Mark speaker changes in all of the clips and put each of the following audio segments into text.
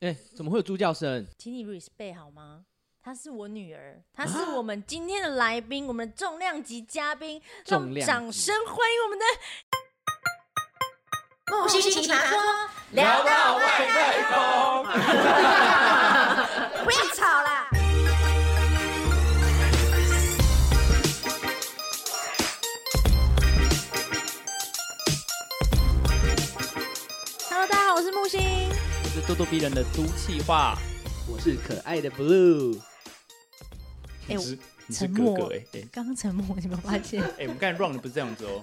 Speaker 1: 哎、怎么会有猪叫声？
Speaker 2: 请你 respect 好吗？她是我女儿，她
Speaker 3: 啊
Speaker 2: 是我们今天的来宾，我们的重量级嘉宾，让
Speaker 1: 重量级
Speaker 2: 掌声欢迎我们的
Speaker 4: 木星奇葩说，
Speaker 2: 聊到
Speaker 4: 外
Speaker 1: 太空。
Speaker 4: 不要吵啦！
Speaker 2: Hello，大家好，我是木星。
Speaker 1: 我是咄咄逼人的都气话，我是可爱的 Blue。
Speaker 2: 哎、
Speaker 3: 你
Speaker 2: 我
Speaker 3: 是你是
Speaker 2: 沉
Speaker 3: 哥
Speaker 2: 默
Speaker 3: 哥哎、欸、哎、
Speaker 2: 刚刚沉默，你有没有发 现？
Speaker 3: 欸我们刚才 run 的不是这样子哦、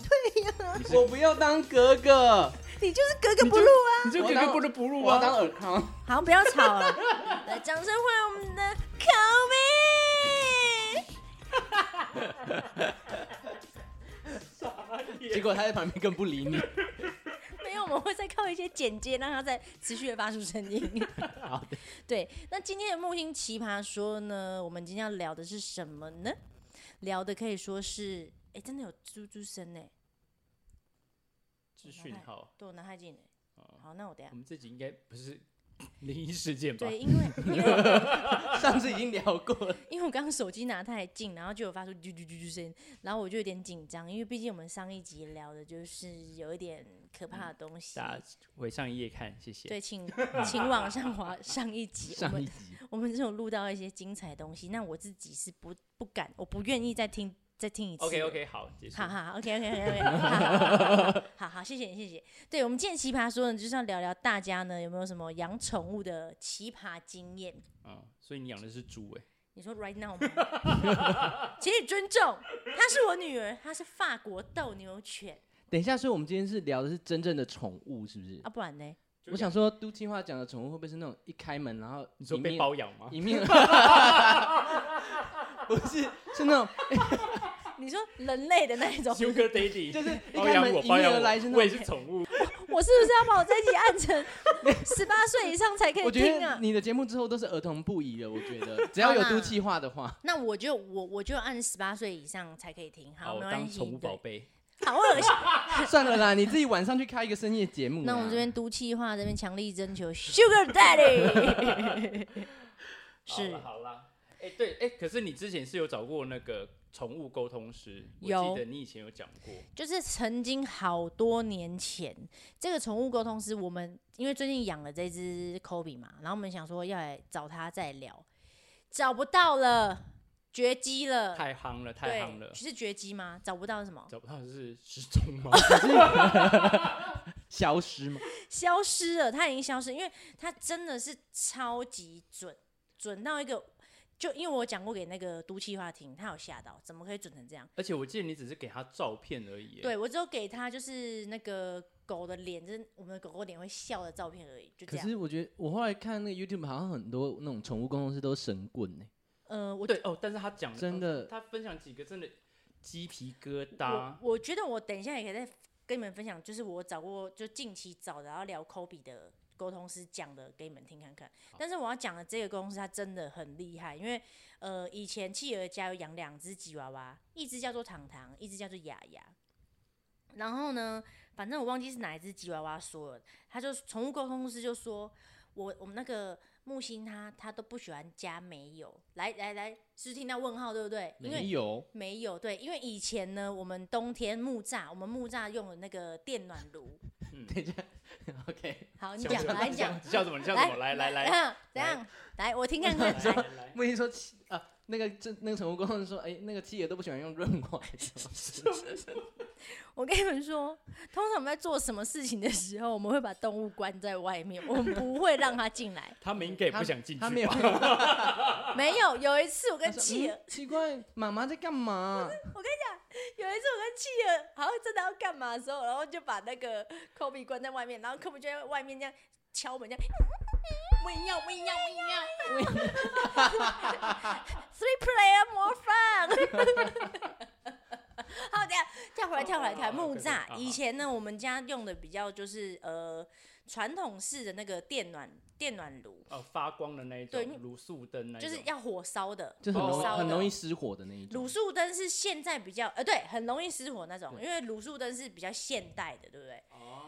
Speaker 3: 你是
Speaker 5: 我不要当格格，
Speaker 2: 你就是格格不入啊！
Speaker 3: 你这个
Speaker 5: 我
Speaker 3: 哥
Speaker 5: 当
Speaker 3: 哥不能不入
Speaker 5: 我要当
Speaker 3: 啊！
Speaker 5: 尔康。
Speaker 2: 好，不要吵了。来，掌声欢迎我们的 Kobe。
Speaker 5: 结果他在旁边更不理你。
Speaker 2: 没有，我们会再靠一些简介，让它再持续的发出声音。
Speaker 1: 好的，
Speaker 2: 对，那今天的木星奇葩说呢，我们今天要聊的是什么呢？聊的可以说是，哎、真的有猪猪声呢，
Speaker 3: 资讯号，
Speaker 2: 对我拿太近了。
Speaker 3: 哦
Speaker 2: 好，那我等一下
Speaker 3: 我。们这集应该不是灵异事件吧？
Speaker 2: 对，因为因为
Speaker 5: 上次已经聊过了，
Speaker 2: 因为我刚刚手机拿太近，然后就有发出啾啾啾啾声，然后我就有点紧张，因为毕竟我们上一集聊的就是有一点可怕的东西。
Speaker 3: 大家回上一页看，谢谢。
Speaker 2: 对，请请往上滑上一集，我
Speaker 1: 上一
Speaker 2: 们
Speaker 1: 集
Speaker 2: 我们是有录到一些精彩的东西，那我自己是不不敢，我不愿意再听再听一次的。
Speaker 3: OK OK 好，结束
Speaker 2: 好。好，OK OK OK，好好好好，谢谢你，谢谢。对我们今天奇葩说呢，就是要聊聊大家呢有没有什么养宠物的奇葩经验。
Speaker 3: 嗯，所以你养的是猪哎、
Speaker 2: 你说 right now 吗？ 请你尊重，她是我女儿，她是法国斗牛犬
Speaker 1: 等一下，所以我们今天是聊的是真正的宠物，是不是？
Speaker 2: 啊，不然呢？
Speaker 1: 我想说，都计划讲的宠物会不会是那种一开门，然后
Speaker 3: 你说
Speaker 1: 一
Speaker 3: 被
Speaker 1: 面
Speaker 3: 包养吗？
Speaker 1: 一面，不是是那种
Speaker 2: 你说人类的那一种，
Speaker 3: Sugar Daddy
Speaker 1: 就是一
Speaker 3: 包
Speaker 1: 开
Speaker 3: 养
Speaker 1: 门
Speaker 3: 我，
Speaker 1: 迎
Speaker 3: 包养
Speaker 1: 面而来是
Speaker 3: 我，
Speaker 1: 那
Speaker 3: 我也
Speaker 1: 种
Speaker 3: 是宠物。
Speaker 2: 我是不是要把我这一集按成十八岁以上才可以
Speaker 1: 我觉
Speaker 2: 听
Speaker 1: 得
Speaker 2: 啊？
Speaker 1: 你的节目之后都是儿童不宜了，我觉得只要有都气话的话，
Speaker 2: 那我就我我就按十八岁以上才可以听，好，
Speaker 3: 我
Speaker 2: 没
Speaker 3: 当
Speaker 2: 关
Speaker 3: 宠
Speaker 2: 系
Speaker 3: 物，宝
Speaker 2: 对，
Speaker 3: 贝。
Speaker 2: 好恶 心。
Speaker 1: 算了啦，你自己晚上去开一个深夜节目啦。啊
Speaker 3: 嗯
Speaker 2: 那我们这边毒气化，这边强力征求 Sugar Daddy，
Speaker 3: 好
Speaker 2: 是
Speaker 3: 啦好啦。哎、对，哎、可是你之前是有找过那个宠物沟通师，我
Speaker 2: 有嗯
Speaker 3: 记得你以前有讲过。
Speaker 2: 就是曾经好多年前，这个宠物沟通师，我们因为最近养了这只 Kobe 嘛，然后我们想说要来找他再聊，找不到了，绝迹了，
Speaker 3: 太夯了，太
Speaker 2: 对
Speaker 3: 夯了，
Speaker 2: 是绝迹吗？找不到是什么？
Speaker 3: 找不到是失踪吗？
Speaker 1: 消失吗？
Speaker 2: 消失了，它已经消失，因为它真的是超级准，准到一个。就因为我讲过给那个毒气话听，他有吓到，怎么可以准成这样？
Speaker 3: 而且我记得你只是给他照片而已。，
Speaker 2: 对我只有给他就是那个狗的脸，就是我们的狗狗脸会笑的照片而已，就这
Speaker 1: 可
Speaker 2: 样。
Speaker 1: 是我觉得我后来看那个 YouTube 好像很多那种宠物公司都是神棍欸呢、
Speaker 2: 呃，我
Speaker 3: 对哦，但是他讲
Speaker 1: 真的
Speaker 3: 他分享几个真的鸡皮疙瘩
Speaker 2: 我。我觉得我等一下也可以再跟你们分享，就是我找过就近期找的，然后聊 Kobe 的沟通师讲的给你们听看看。但是我要讲的这个公司它真的很厉害，因为呃以前企鹅家有养两只吉娃娃，一只叫做糖糖，一只叫做雅雅。然后呢，反正我忘记是哪一只吉娃娃说了，他就宠物沟通师就说，我我们那个木星他他都不喜欢加没有，来来来，是听到问号对不对？因为
Speaker 1: 有，
Speaker 2: 没有，对，因为以前呢，我们冬天木栅，我们木栅用的那个电暖 炉。
Speaker 3: 嗯，
Speaker 1: 等一下，OK，
Speaker 2: 好，你讲，啊来你 讲，
Speaker 3: 你笑什么？你笑什么？来来 来，
Speaker 2: 怎样？来，我听看 看。
Speaker 3: 来
Speaker 2: 来，
Speaker 3: 来
Speaker 1: 木星说企啊，那个这那个宠物公司说，哎、那个企鹅都不喜欢用润滑油
Speaker 2: 我跟你们说，通常我们在做什么事情的时候，我们会把动物关在外面，我们不会让它进 来。
Speaker 3: 他们应该也不想进去
Speaker 1: 他没有
Speaker 3: 吧？。
Speaker 5: 嗯
Speaker 2: 没有，有一次我跟
Speaker 1: 他说
Speaker 2: 企鹅，
Speaker 1: 嗯奇怪，妈妈在干嘛？
Speaker 2: 有一次我跟企鹅好像真的要干嘛的时候，然后就把那个 Kobe 关在外面，然后 Kobe 就在外面这样敲门，这样，我也要，我也要，我也要，Three player more fun 。好，等一下跳回来，跳回来，
Speaker 3: 哦哦
Speaker 2: 跳
Speaker 3: 哦可
Speaker 2: 木
Speaker 3: 以可以
Speaker 2: 栅。
Speaker 3: 好好
Speaker 2: 以前呢，我们家用的比较就是呃传统式的那个电暖电暖炉，
Speaker 3: 哦，发光的那一
Speaker 2: 对
Speaker 3: 种
Speaker 2: 你，
Speaker 3: 卤素灯那一
Speaker 2: 就
Speaker 3: 种，
Speaker 2: 是要火烧的，
Speaker 1: 就很容
Speaker 2: 火
Speaker 1: 易
Speaker 2: 烧的
Speaker 1: 很容易失火的那一种
Speaker 2: 卤。素灯是现在比较呃，对，很容易失火那种，
Speaker 1: 对
Speaker 2: 因为啊
Speaker 3: 嗯
Speaker 1: 啊
Speaker 2: 卤素灯是比然后我们家是比较现代的，对不对？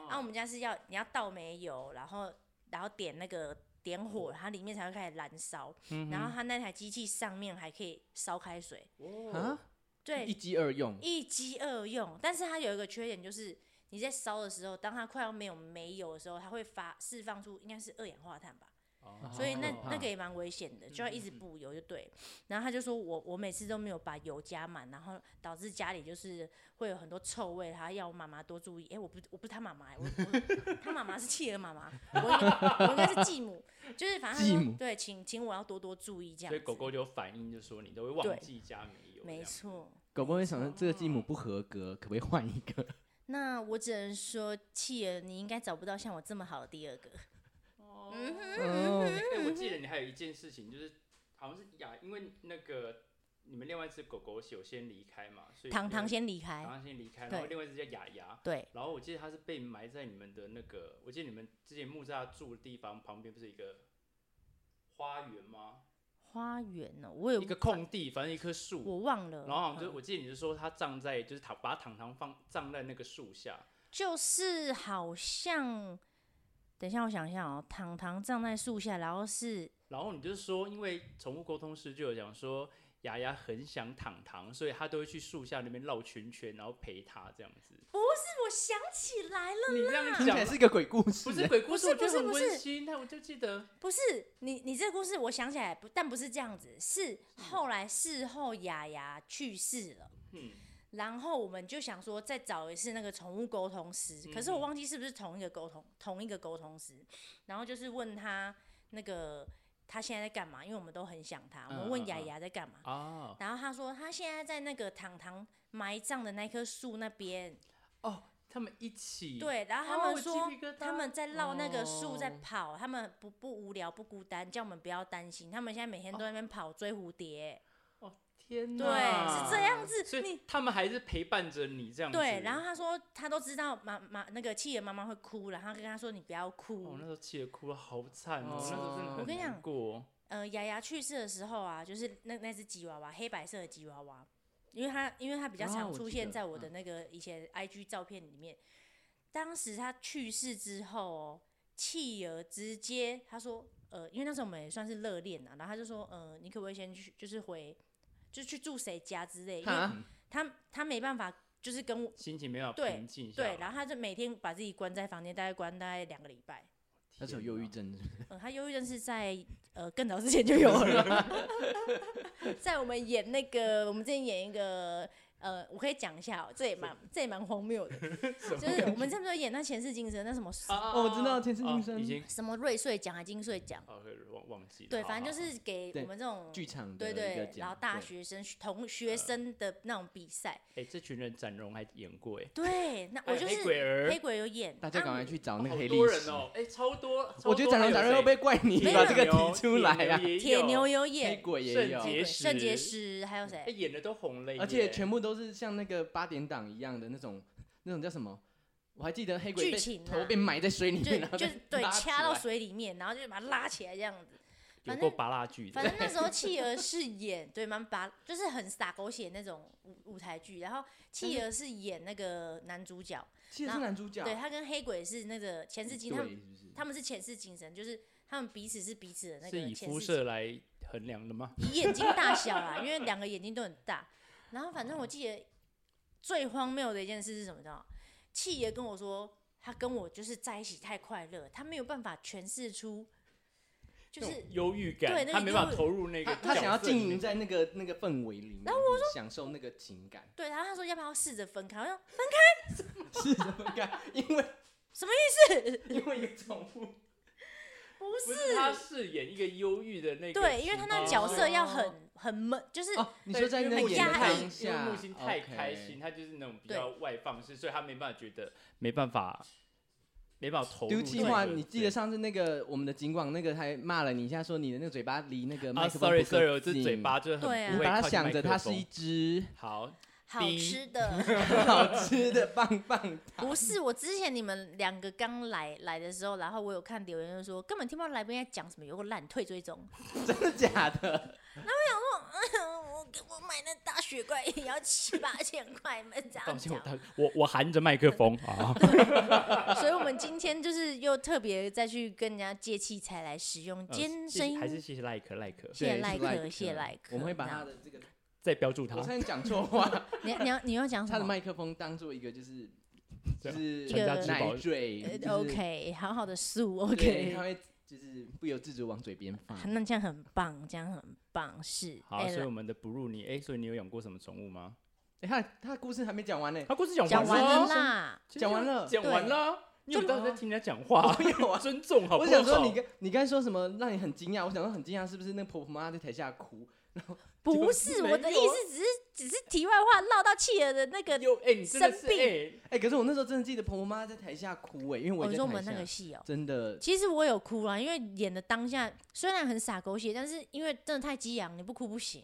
Speaker 2: 然后我们家是要你要倒煤油，然后然后点那个点火，它里面才会开始燃烧。
Speaker 3: 嗯
Speaker 2: 然后它那台机器上面还可以烧开水，
Speaker 3: 哦
Speaker 5: 啊，
Speaker 2: 对
Speaker 5: 一，机二用，
Speaker 2: 一机二用。但是它有一个缺点，就是你在烧的时候，当它快要没有煤油的时候，它会发释放出应该是二氧化碳吧，
Speaker 3: 哦
Speaker 2: 所以那
Speaker 5: 好可怕
Speaker 2: 那个也蛮危险的，就要一直补油就对。然后他就说我我每次都没有把油加满，然后导致家里就是会有很多臭味，他要我妈妈多注意。哎，我不我不是他妈妈，我我他妈妈是企鹅妈妈，我应该我应该是继母，就是反正他
Speaker 5: 继
Speaker 2: 说
Speaker 5: 母
Speaker 2: 对，请请我要多多注意这样
Speaker 3: 所
Speaker 2: 子。
Speaker 3: 以狗狗就有反应，就说你都会
Speaker 2: 对
Speaker 3: 忘记加煤油，
Speaker 2: 没，错。
Speaker 5: 狗狗会想说
Speaker 2: 嗯
Speaker 5: 这个继母不合格，可不可以换一个？
Speaker 2: 那我只能说，企鹅你应该找不到像我这么好的第二个。嗯哼，
Speaker 5: 哦，
Speaker 3: 哎、我记得你还有一件事情，就是好像是雅，因为那个你们另外一只狗狗有先离开嘛，所以
Speaker 2: 糖糖
Speaker 3: 你
Speaker 2: 先离
Speaker 3: 要
Speaker 2: 开
Speaker 3: 糖，糖先离开，
Speaker 2: 对
Speaker 3: 然后另外一只叫雅雅，
Speaker 2: 对
Speaker 3: 然后我记得它是被埋在你们的那个，我记得你们之前木栅住的地方旁边不是一个花园吗？
Speaker 2: 花园呢、我有
Speaker 3: 一个空地，反正一棵树。
Speaker 2: 我忘了。
Speaker 3: 然后好像就
Speaker 2: 嗯
Speaker 3: 我记得你是说它葬在就是躺把糖糖放葬在那个树下，
Speaker 2: 就是好像，等一下我想一下哦，糖糖站在树下，然后是
Speaker 3: 然后你就是说，因为宠物沟通师就有讲说，雅雅很想糖糖，所以它都会去树下那边绕圈圈，然后陪它这样子。
Speaker 2: 不是？我想起来了，
Speaker 3: 你这样
Speaker 5: 听起
Speaker 3: 讲
Speaker 5: 来是一个鬼故
Speaker 3: 不
Speaker 5: 事
Speaker 3: 是
Speaker 5: 欸。
Speaker 3: 鬼故事，
Speaker 2: 不是
Speaker 3: 我觉得很
Speaker 2: 不是不是
Speaker 3: 温馨。但我就记得
Speaker 2: 不是你你这个故事我想起来不，但不是这样子，是后来事后雅雅去世了。
Speaker 3: 嗯
Speaker 2: 然后我们就想说再找一次那个宠物沟通师，可是我
Speaker 3: 嗯
Speaker 2: 忘记是不是同一个沟通同一个沟通师，然后就是问他那个他现在在干嘛，因为我们都很想他，我们
Speaker 3: 嗯
Speaker 2: 问
Speaker 3: 嗯
Speaker 2: 雅
Speaker 3: 嗯
Speaker 2: 雅在干嘛，
Speaker 3: 啊，
Speaker 2: 然后他说他现在在那个糖糖埋葬的那棵树那边，
Speaker 3: 哦，他们一起
Speaker 2: 对，然后他
Speaker 3: 哦
Speaker 2: 们
Speaker 3: 我鸡
Speaker 2: 说、
Speaker 3: 皮疙瘩
Speaker 2: 他们在绕那个树在
Speaker 5: 哦
Speaker 2: 跑，他们不不无聊不孤单，叫我们不要担心，他们现在每天都在那边跑、追蝴蝶，
Speaker 3: 哦，天
Speaker 2: 对，
Speaker 3: 哪，
Speaker 2: 是这样子，
Speaker 3: 啊所以
Speaker 2: 你。
Speaker 3: 他们还是陪伴着你这样子。
Speaker 2: 对，然后他说他都知道妈妈那个企鹅妈妈会哭，然后跟他说你不要哭。
Speaker 3: 哦我那时候气得哭了，好惨哦，
Speaker 5: 哦
Speaker 3: 那时候真的
Speaker 2: 我
Speaker 3: 很
Speaker 2: 跟你讲
Speaker 3: 难过。
Speaker 2: 呃，雅雅去世的时候啊，就是那那只吉娃娃，黑白色的吉娃娃，因为它因为它比较
Speaker 5: 啊
Speaker 2: 常
Speaker 5: 我
Speaker 2: 出
Speaker 5: 记
Speaker 2: 现
Speaker 5: 得
Speaker 2: 在我的那个以前 IG 照片里面。当时它去世之后哦，弃儿直接他说，呃，因为那时候我们也算是热恋啊，然后他就说，呃，你可不可以先去，就是回，就去住谁家之类，因为
Speaker 5: 啊，
Speaker 2: 他他没办法，就是跟我
Speaker 3: 心情没有
Speaker 2: 对
Speaker 3: 平静一下来，
Speaker 2: 对，然后他就每天把自己关在房间，大概关大概两个礼拜。
Speaker 5: 他是有
Speaker 3: 天
Speaker 5: 忧郁
Speaker 3: 哪，
Speaker 5: 症是不是，
Speaker 2: 嗯，他忧郁症是在呃更早之前就有了， 在我们演那个，我们之前演一个。呃，我可以讲一下哦，这也蛮这也蛮荒谬的，就是我们这不是演那前世今生那什么
Speaker 3: 啊啊
Speaker 5: 哦我知道
Speaker 3: 啊
Speaker 5: 田氏
Speaker 3: 啊
Speaker 5: 金生
Speaker 3: 已经
Speaker 2: 什么瑞穗奖还金穗奖，
Speaker 3: 哦忘忘记了，
Speaker 2: 对，
Speaker 3: 好
Speaker 2: 反正
Speaker 3: 好
Speaker 2: 就
Speaker 3: 好
Speaker 2: 是给
Speaker 5: 对
Speaker 2: 我们这种
Speaker 5: 剧场的
Speaker 2: 对
Speaker 5: 一
Speaker 2: 对，
Speaker 5: 个奖
Speaker 2: 然后大
Speaker 5: 对嗯
Speaker 2: 学生同学生的那种比赛，
Speaker 3: 哎，这群人展荣还演过哎，
Speaker 2: 对，那
Speaker 3: 还
Speaker 2: 我
Speaker 3: 有
Speaker 2: 就
Speaker 3: 黑
Speaker 2: 是
Speaker 3: 鬼儿
Speaker 2: 黑，鬼有演，
Speaker 5: 大家
Speaker 2: 啊
Speaker 5: 赶快去找那个
Speaker 3: 好
Speaker 5: 黑历
Speaker 3: 多人
Speaker 5: 史。
Speaker 3: 哦，哎，超多，超
Speaker 5: 我觉得
Speaker 3: 多
Speaker 5: 展
Speaker 3: 还
Speaker 5: 龙
Speaker 3: 有
Speaker 5: 展瑞
Speaker 3: 谁
Speaker 5: 会不会怪你
Speaker 2: 没
Speaker 5: 把
Speaker 2: 有
Speaker 5: 这个
Speaker 3: 牛
Speaker 5: 提出
Speaker 3: 铁
Speaker 5: 来
Speaker 3: 牛
Speaker 5: 啊？
Speaker 3: 也
Speaker 2: 铁
Speaker 3: 有
Speaker 2: 牛有
Speaker 5: 黑
Speaker 2: 演，
Speaker 5: 鬼也
Speaker 3: 圣
Speaker 5: 有，
Speaker 3: 洁
Speaker 2: 对圣结
Speaker 3: 石
Speaker 2: 石还有谁
Speaker 3: 哎？演的都红了哎耶，
Speaker 5: 而且全部都是像那个八点档一样的那种，那种叫什么？我还记得黑鬼
Speaker 2: 剧
Speaker 5: 被
Speaker 2: 情啊
Speaker 5: 头被埋在水里
Speaker 2: 就
Speaker 5: 面，然后
Speaker 2: 就
Speaker 5: 再
Speaker 2: 是对
Speaker 5: 拉起
Speaker 2: 掐到
Speaker 5: 来
Speaker 2: 水里面，然后就把它拉起来这样子。
Speaker 3: 有
Speaker 2: 反
Speaker 3: 过
Speaker 2: 正
Speaker 3: 拔蜡剧的，
Speaker 2: 反正那时候企鹅是演对蛮把就是很撒狗血那种舞舞台剧，然后企鹅是演那个男主角，
Speaker 5: 其实
Speaker 2: 然
Speaker 5: 是
Speaker 2: 后
Speaker 5: 男主角，
Speaker 2: 对他跟黑鬼是那个前世今他
Speaker 5: 啊对
Speaker 2: 们
Speaker 5: 是不是
Speaker 2: 他们是前世今生，就是他们彼此是彼此的那个
Speaker 3: 是以
Speaker 2: 前
Speaker 3: 肤
Speaker 2: 世今
Speaker 3: 色来衡量的吗？
Speaker 2: 以眼睛大小啦，因为两个眼睛都很大。然后反正我记得最荒谬的一件事是什么？你知道吗？气爷跟我说，他跟我就是在一起太快乐，他没有办法诠释出，就是
Speaker 3: 忧郁感，
Speaker 2: 对那个
Speaker 3: 他没办
Speaker 2: 忧
Speaker 3: 法
Speaker 2: 郁
Speaker 3: 投入那个
Speaker 5: 他他想要
Speaker 3: 角色里
Speaker 5: 浸
Speaker 3: 面
Speaker 5: 淫在那个那个氛围里面，然后我说享受那个情感，
Speaker 2: 对。然后他说要不要试着分开？我说
Speaker 5: 是怎么感？因为
Speaker 2: 什么意 思？
Speaker 5: 因为一个宠物，
Speaker 2: 不
Speaker 3: 不是他饰演一个忧郁的那个情况，
Speaker 2: 对，因为他那个角色要很很闷，就是
Speaker 5: 哦，你
Speaker 3: 对
Speaker 5: 说在
Speaker 3: 因为
Speaker 5: 那
Speaker 3: 木
Speaker 5: 个
Speaker 3: 星
Speaker 2: 压
Speaker 5: 演
Speaker 3: 太
Speaker 2: 抑
Speaker 5: 的当
Speaker 3: 因为
Speaker 5: 下，
Speaker 3: 木星太开
Speaker 5: OK
Speaker 3: 心，他就是那种比
Speaker 2: 对
Speaker 3: 较外放式，所以他没办法觉得没办法没办法投入
Speaker 5: 丢
Speaker 3: 这个。
Speaker 5: 计划，
Speaker 3: 对
Speaker 5: 你记得上次那个我们的警广那个还骂了你一下，说你的那个嘴巴离那个
Speaker 3: 啊
Speaker 5: 麦克风不
Speaker 3: ？Sorry
Speaker 5: 嗯够
Speaker 3: Sorry，我这
Speaker 5: 近
Speaker 3: 嘴，巴就是很
Speaker 2: 对啊
Speaker 5: 你
Speaker 3: 不会
Speaker 5: 把
Speaker 3: 靠
Speaker 5: 它
Speaker 3: 近
Speaker 5: 想
Speaker 3: 麦
Speaker 5: 着
Speaker 3: 克
Speaker 5: 它是
Speaker 3: 风
Speaker 5: 一只
Speaker 3: 好
Speaker 2: 好
Speaker 3: 逼
Speaker 2: 吃 的。
Speaker 5: 好吃的棒棒
Speaker 2: 不是，我之前你们两个刚来来的时候，然后我有看留言就说根本听不到来宾在讲什么，有个烂退追踪。
Speaker 5: 真的假的？
Speaker 2: 我我我买那大雪怪也要七八千块，你们这
Speaker 3: 抱
Speaker 2: 样
Speaker 3: 歉，我
Speaker 2: 讲。
Speaker 3: 大我我含着麦克 风啊，
Speaker 2: 所以我们今天就是又特别再去跟人家借器材来使用，今天声音
Speaker 3: 还是呃嗯谢谢赖可赖可，
Speaker 2: 谢谢
Speaker 5: 对
Speaker 2: 赖
Speaker 5: 是
Speaker 2: 克，
Speaker 5: Like
Speaker 2: 谢谢赖克。
Speaker 5: 我们会把
Speaker 2: 这
Speaker 5: 他
Speaker 2: 样
Speaker 5: 的这个，
Speaker 3: 再标注他
Speaker 5: 我差，点讲错话，
Speaker 2: 你要你要你要讲
Speaker 5: 他
Speaker 2: 什
Speaker 5: 的
Speaker 2: 么
Speaker 5: 麦克风当做一个就是
Speaker 3: 这样
Speaker 5: 就是
Speaker 2: 传家之
Speaker 5: 奶
Speaker 3: 宝
Speaker 5: 嘴
Speaker 2: 呃
Speaker 5: 就是
Speaker 2: ？OK，好好的素
Speaker 5: 对，
Speaker 2: OK
Speaker 5: 他。会就是不由自主往嘴边放。
Speaker 2: 那这样很棒，这样很棒，是。
Speaker 3: 好，所以
Speaker 2: 了
Speaker 3: 我们的哺乳你，哎，所以你有养过什么宠物吗？
Speaker 5: 哎，他他的故事还没讲完呢，
Speaker 3: 他故事讲
Speaker 2: 讲完了
Speaker 3: 了，啊
Speaker 2: 啦，
Speaker 5: 讲完了。
Speaker 3: 讲完了，啊你有
Speaker 5: 就
Speaker 3: 当时在听人家讲话，
Speaker 5: 有啊
Speaker 3: 尊重好不好？哦
Speaker 5: 我想说你刚你刚才说什么让你很惊讶？我想说很惊讶是不是那婆婆妈妈在台下哭？
Speaker 2: 不是我的意思，只是只是题外话，绕到企鹅的那 个。
Speaker 3: 有哎，你真的是
Speaker 2: 生病
Speaker 3: 哎，
Speaker 5: 哎，可是我那时候真的记得婆婆妈妈在台下哭哎，因为我
Speaker 2: 我哦说
Speaker 5: 也在
Speaker 2: 我们那
Speaker 5: 台
Speaker 2: 个
Speaker 5: 下
Speaker 2: 戏哦，
Speaker 5: 真的
Speaker 2: 其实我有哭啊，因为演的当下虽然很傻狗血，但是因为真的太激昂，你不哭不行。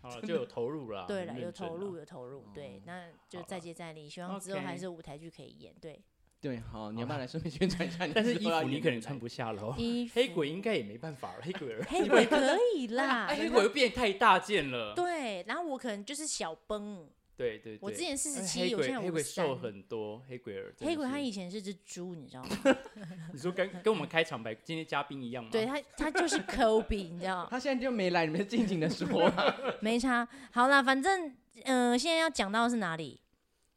Speaker 3: 好了，就有投入了，啊很
Speaker 2: 对了，有
Speaker 3: 认真
Speaker 2: 投
Speaker 3: 啦
Speaker 2: 入，。有投入，对，那就
Speaker 3: 好
Speaker 2: 再
Speaker 3: 啦
Speaker 2: 接再厉，希望之后还
Speaker 3: OK
Speaker 2: 是有舞台剧可以演。对，
Speaker 5: 对。好，你要不要来顺便宣传一下你
Speaker 3: 但
Speaker 5: 之
Speaker 3: 是
Speaker 5: 后
Speaker 3: 衣
Speaker 5: 要演
Speaker 3: 服
Speaker 5: 哪一台？
Speaker 3: 你可能穿不下喽，
Speaker 2: 衣服
Speaker 3: 哦黑鬼应该也没办法了，黑鬼儿，
Speaker 2: 黑鬼可以啦
Speaker 3: 哎，， 黑鬼又变太大件了。
Speaker 2: 啊对，然后我可能就是小崩，
Speaker 3: 对对对，
Speaker 2: 我之前四
Speaker 3: 哎
Speaker 2: 十
Speaker 3: 黑
Speaker 2: 七，我
Speaker 3: 鬼
Speaker 2: 现在
Speaker 3: 黑
Speaker 2: 五
Speaker 3: 鬼
Speaker 2: 十
Speaker 3: 瘦
Speaker 2: 三。
Speaker 3: 很多，黑鬼儿真的是。
Speaker 2: 黑鬼他以前是只猪，你知道吗？
Speaker 3: 你说 跟跟我们开场白今天嘉宾一样吗？
Speaker 2: 对他，他就是 Kobe，你知道吗？
Speaker 5: 他现在就没来，你们尽情的说 啊。
Speaker 2: 没差。好啦，反正嗯、呃现在要讲到的是哪里？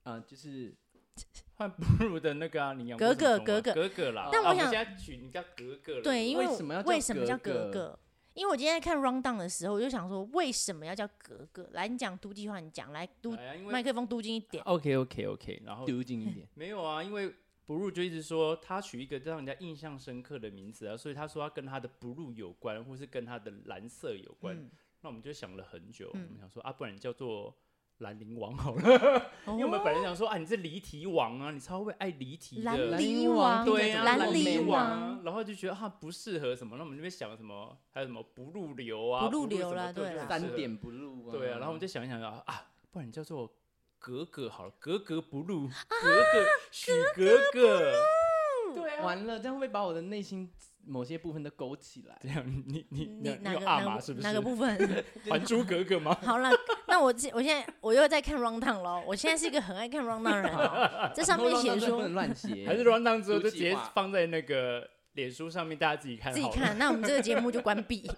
Speaker 5: 啊，就是
Speaker 3: 换哺乳的那个啊，你养过
Speaker 2: 格格
Speaker 3: 什么宠物啊
Speaker 2: 格
Speaker 3: 格格啦。
Speaker 2: 但
Speaker 3: 啊
Speaker 2: 我想
Speaker 3: 们现在取你叫格格了。
Speaker 2: 对，因为
Speaker 5: 为什么要
Speaker 2: 为
Speaker 5: 叫
Speaker 2: 什么
Speaker 5: 格
Speaker 2: 叫格
Speaker 5: 格
Speaker 2: 格？因为我今天在看 round down 的时候，我就想说，为什么要叫格格？来，你讲嘟计划，你讲来嘟
Speaker 3: 哎呀因
Speaker 2: 麦
Speaker 3: 为
Speaker 2: 克风嘟近一点。
Speaker 3: OK OK OK，然后
Speaker 5: 丢进一点。
Speaker 3: 没有啊，因为。哺乳就一直说他取一个让人家印象深刻的名字啊，所以他说他跟他的哺乳有关，或是跟他的蓝色有关。
Speaker 2: 嗯，
Speaker 3: 那我们就想了很久，
Speaker 2: 嗯
Speaker 3: 我们想说啊，不然叫做兰陵王好了，
Speaker 2: 哦
Speaker 3: 因为我们本来想说啊，你是离题王啊，你超会爱离题
Speaker 2: 兰
Speaker 3: 的，
Speaker 2: 陵
Speaker 5: 陵
Speaker 2: 王，
Speaker 5: 王
Speaker 3: 对呀、啊，
Speaker 5: 兰
Speaker 3: 兰
Speaker 5: 陵
Speaker 3: 陵
Speaker 2: 王
Speaker 3: 啊，然后就觉得啊不适合什么，那我们就边想什么，还有什么不入流啊，
Speaker 2: 不入流
Speaker 3: 什么
Speaker 2: 啦
Speaker 3: 对
Speaker 2: 对
Speaker 3: 就
Speaker 2: 啦
Speaker 3: 很适
Speaker 5: 三
Speaker 3: 合
Speaker 5: 点不入啊。
Speaker 3: 对啊，然后我们就想一想啊啊，不然叫做格格好了，格格不入，
Speaker 2: 啊
Speaker 3: 格格许格格， 对啊，
Speaker 5: 完了，这样会不会把我的内心某些部分都勾起来。
Speaker 3: 这样你你
Speaker 2: 嗯
Speaker 3: 你
Speaker 2: 你
Speaker 3: 有
Speaker 2: 哪
Speaker 3: 你
Speaker 2: 个
Speaker 3: 有阿
Speaker 2: 哪
Speaker 3: 玛
Speaker 2: 个
Speaker 3: 是不是？
Speaker 2: 哪个部分？
Speaker 3: 还珠格格 吗？
Speaker 2: 好了，那我这我现在我又在看 round down 咯，我现在是一个很爱看 round down 的 人哦。这上面写
Speaker 5: 啊然后让他不
Speaker 2: 说
Speaker 5: 能 乱写，
Speaker 3: 还是 round down 之后
Speaker 5: 读
Speaker 3: 就
Speaker 5: 计
Speaker 3: 直接
Speaker 5: 划
Speaker 3: 放在那个脸书上面，大家自己看
Speaker 2: 自己
Speaker 3: 好了。
Speaker 2: 看，那我们这个节目就关 闭。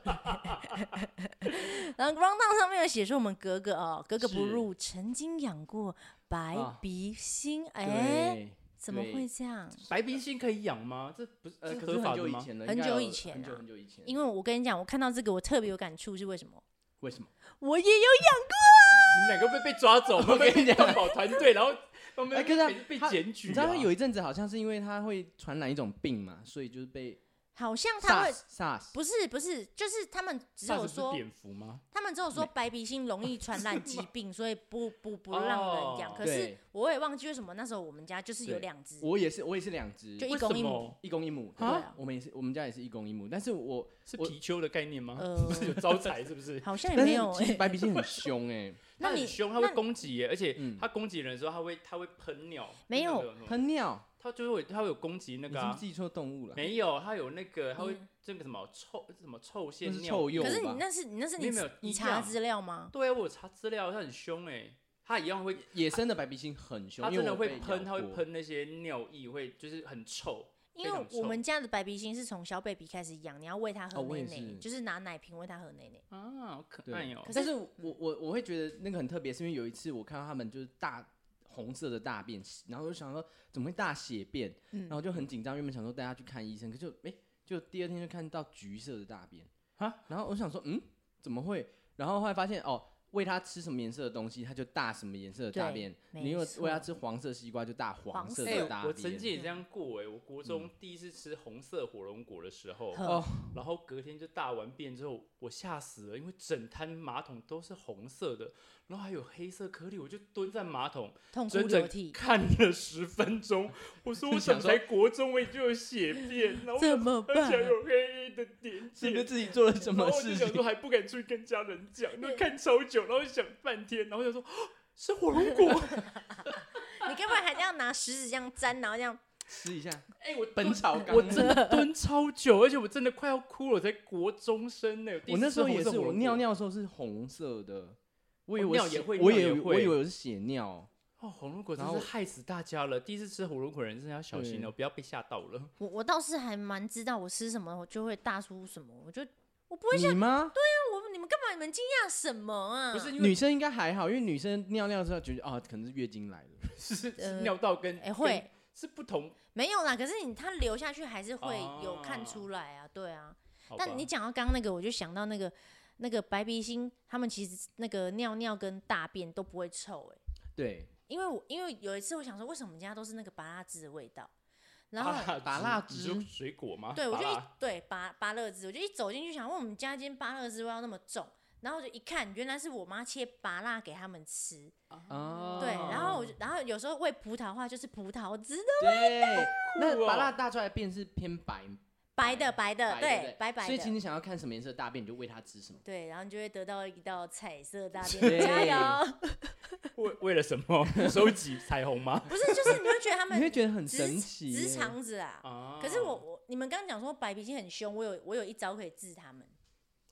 Speaker 2: 然后 round down 上面有写说我们格格哦，格格不
Speaker 5: 是
Speaker 2: 入，曾经养过白
Speaker 5: 啊
Speaker 2: 鼻星，哎，
Speaker 5: 对，
Speaker 2: 怎么
Speaker 5: 对
Speaker 2: 会这样？
Speaker 3: 白冰星可以养吗？这不是
Speaker 5: 呃，
Speaker 3: 这
Speaker 5: 可
Speaker 3: 合
Speaker 5: 是
Speaker 3: 法
Speaker 5: 很
Speaker 3: 的
Speaker 5: 久以
Speaker 3: 吗？
Speaker 5: 前了，
Speaker 2: 很
Speaker 5: 应该
Speaker 2: 久
Speaker 5: 有
Speaker 2: 以前
Speaker 5: 很久
Speaker 2: 啊
Speaker 5: 很久以前，
Speaker 2: 因为我跟你讲，我看到这个我特别有感触，是为什么？
Speaker 5: 为什么？
Speaker 2: 我也有养
Speaker 3: 你们两个被被抓走， 我跟你讲，动保团队，然后我们
Speaker 5: 哎可是他
Speaker 3: 被被
Speaker 5: 他
Speaker 3: 检举啊。
Speaker 5: 你知道他有一阵子好像是因为他会传染一种病嘛，所以就是被
Speaker 2: 好像他会
Speaker 5: SARS SARS
Speaker 2: 不是不是，就是他们只有
Speaker 3: SARS 是
Speaker 2: 说，
Speaker 3: 蝙蝠吗？
Speaker 2: 他们只有说白鼻星容易传染 疾病，所以不不不让人养。
Speaker 3: 哦
Speaker 2: 可是
Speaker 5: 对
Speaker 2: 我也忘记为什么那时候我们家就是有
Speaker 5: 对
Speaker 2: 两只，
Speaker 5: 我也是我也是两只
Speaker 2: 就，一
Speaker 3: 为
Speaker 2: 公
Speaker 3: 什
Speaker 2: 一母
Speaker 3: 么？
Speaker 5: 一公一母，
Speaker 2: 啊
Speaker 5: 对啊，我们也是我们家也是一公一母，但是我
Speaker 3: 是
Speaker 5: 我
Speaker 3: 貔貅的概念吗？
Speaker 2: 呃
Speaker 3: 不 是有招财是不是？
Speaker 2: 好像也
Speaker 5: 但
Speaker 2: 没
Speaker 5: 是
Speaker 2: 有
Speaker 5: 其实
Speaker 2: 哎。
Speaker 5: 白鼻星很 凶哎，
Speaker 2: 那
Speaker 3: 它
Speaker 2: 你
Speaker 3: 很凶，它
Speaker 2: 那
Speaker 3: 会攻击耶，而且
Speaker 5: 嗯
Speaker 3: 它攻击人的时候，它会它会喷尿。
Speaker 2: 没有
Speaker 3: 那个，
Speaker 5: 喷尿，
Speaker 3: 它就是会它会有攻击那
Speaker 5: 你
Speaker 3: 个
Speaker 5: 是不
Speaker 3: 啊。
Speaker 5: 是记错动物了？
Speaker 3: 没有，它有那个，它会
Speaker 2: 嗯
Speaker 3: 这个什么臭什么臭
Speaker 5: 那
Speaker 3: 腺
Speaker 5: 是
Speaker 3: 尿
Speaker 5: 臭鼬
Speaker 2: 可是你
Speaker 5: 吧？
Speaker 2: 那是你那是你
Speaker 3: 没有没有
Speaker 2: 你
Speaker 3: 一
Speaker 2: 查
Speaker 3: 样
Speaker 2: 资料吗？
Speaker 3: 对啊，我有查资料，它很凶哎，它一样会，
Speaker 5: 野生的白鼻星很凶，
Speaker 3: 它
Speaker 5: 因为
Speaker 3: 啊真的
Speaker 5: 我
Speaker 3: 会
Speaker 5: 被
Speaker 3: 喷，
Speaker 5: 咬
Speaker 3: 它会
Speaker 5: 过。
Speaker 3: 喷那些尿液，会就是很臭。
Speaker 2: 因为
Speaker 3: 非常
Speaker 2: 我们
Speaker 3: 臭
Speaker 2: 家的白鼻星是从小 baby 开始养，你要喂它喝
Speaker 5: 哦我
Speaker 2: 奶
Speaker 5: 也
Speaker 2: 奶，
Speaker 5: 是
Speaker 2: 就是拿奶瓶喂它喝奶奶。
Speaker 3: 啊，好可
Speaker 5: 对
Speaker 3: 爱哦
Speaker 2: 可！
Speaker 5: 但
Speaker 2: 是
Speaker 5: 是我我我会觉得那个很特别，是因为有一次我看到他们就是大红色的大便，然后我就想说怎么会大血便，
Speaker 2: 嗯
Speaker 5: 然后就很紧张，原本想说带他去看医生，可就哎、就第二天就看到橘色的大便
Speaker 3: 啊，
Speaker 5: 然后我想说嗯怎么会，然后后来发现哦喂他吃什么颜色的东西，他就大什么颜色的大
Speaker 2: 对
Speaker 5: 便，
Speaker 2: 没
Speaker 5: 你如果
Speaker 2: 错
Speaker 5: 喂他吃黄色西瓜就大
Speaker 2: 黄
Speaker 5: 黄色
Speaker 2: 色
Speaker 5: 的大便，
Speaker 3: 我曾经也这样过哎、我国
Speaker 5: 嗯
Speaker 3: 中第一次吃红色火龙果的时候，
Speaker 2: 呵
Speaker 5: 哦
Speaker 3: 然后隔天就大完便之后，我吓死了，因为整滩马桶都是红色的，然后还有黑色颗粒，我就蹲在马桶
Speaker 2: 痛哭
Speaker 3: 整
Speaker 2: 流
Speaker 3: 整
Speaker 2: 涕，
Speaker 3: 看了十分 钟。我说我怎么才国中我也就有血便，然后
Speaker 2: 怎么
Speaker 3: 而
Speaker 2: 办
Speaker 3: 且？还有黑黑的点
Speaker 5: 是不是
Speaker 3: 点。
Speaker 5: 自己做了什
Speaker 3: 然后
Speaker 5: 么
Speaker 3: 我就
Speaker 5: 事
Speaker 3: 想说
Speaker 5: 情？
Speaker 3: 还不敢出去跟家人 讲，
Speaker 2: 对
Speaker 3: 那看超久，然后想半天，然后想说是火龙 果，
Speaker 2: 你根本还这样拿食指这样沾，然后这样
Speaker 5: 吃一下
Speaker 3: 哎、 我蹲
Speaker 5: 本草纲
Speaker 3: 我真的蹲超久，而且我真的快要哭了，我才国中生呢、第一
Speaker 5: 我
Speaker 3: 次
Speaker 5: 那时候
Speaker 3: 吃
Speaker 5: 也
Speaker 3: 红色火
Speaker 5: 是，我
Speaker 3: 龙果哦
Speaker 5: 尿，尿的时候是红色的，我以为
Speaker 3: 尿
Speaker 5: 血
Speaker 3: 也会
Speaker 5: 我
Speaker 3: 尿
Speaker 5: 以
Speaker 3: 也
Speaker 5: 为我
Speaker 3: 会
Speaker 5: 以为我是血尿，
Speaker 3: 哦，火龙果真
Speaker 5: 然
Speaker 3: 是
Speaker 5: 后
Speaker 3: 害死大家了！第一次吃火龙果，人真的要小心了，哦不要被吓到了。
Speaker 2: 我我倒是还蛮知道我吃什么，我就会大出什么，我啊就
Speaker 6: 我不会想
Speaker 3: 啊
Speaker 5: 你吗？
Speaker 6: 我你们干嘛？你们惊讶什么啊？
Speaker 2: 嗯
Speaker 3: 不是因为
Speaker 5: 女生应该还好，因为女生尿尿之后觉得啊，可能是月经来了。
Speaker 3: 是是
Speaker 2: 呃
Speaker 3: 尿道跟
Speaker 2: 哎、会
Speaker 3: 跟是不同，
Speaker 2: 没有啦，可是你它流下去还是会有看
Speaker 3: 哦
Speaker 2: 出来啊，对啊。
Speaker 3: 好吧
Speaker 2: 但你讲到刚刚那个，我就想到那个那个白鼻星，他们其实那个尿尿跟大便都不会臭、欸，
Speaker 5: 对，
Speaker 2: 因为我因为有一次我想说，为什么我们家都是那个拔辣汁的味道，然后
Speaker 3: 芭乐
Speaker 5: 芭
Speaker 3: 汁
Speaker 5: 乐
Speaker 3: 你说
Speaker 5: 汁
Speaker 3: 水果吗？
Speaker 2: 对，我
Speaker 3: 芭
Speaker 2: 就一
Speaker 3: 乐
Speaker 2: 对芭芭乐汁，我就一走进去想，问我们家今天芭乐汁味道那么重，然后我就一看，原来是我妈切芭辣给他们吃，
Speaker 5: 哦，
Speaker 2: 对，然后我就然后有时候喂葡萄的话就是葡萄汁的
Speaker 5: 对，
Speaker 3: 酷
Speaker 5: 那
Speaker 3: 哦
Speaker 5: 把蜡大出来便是偏白，
Speaker 2: 白的白的，
Speaker 5: 白的
Speaker 2: 呃对
Speaker 5: 对，
Speaker 2: 白白
Speaker 5: 所以其实
Speaker 2: 的，
Speaker 5: 你想要看什么颜色的大便，你就喂它吃什么。
Speaker 2: 对，然后你就会得到一道彩色大便，
Speaker 5: 对
Speaker 2: 加油！
Speaker 3: 为为了什么收 集彩虹吗？
Speaker 2: 不是，就是你会觉得他
Speaker 5: 你会
Speaker 2: 们
Speaker 5: 觉得很
Speaker 2: 直
Speaker 5: 神奇耶，哦
Speaker 2: 直肠子啊。
Speaker 3: 啊
Speaker 2: 可是我我你们刚刚讲说白脾气很凶，我有我有一招可以治他们。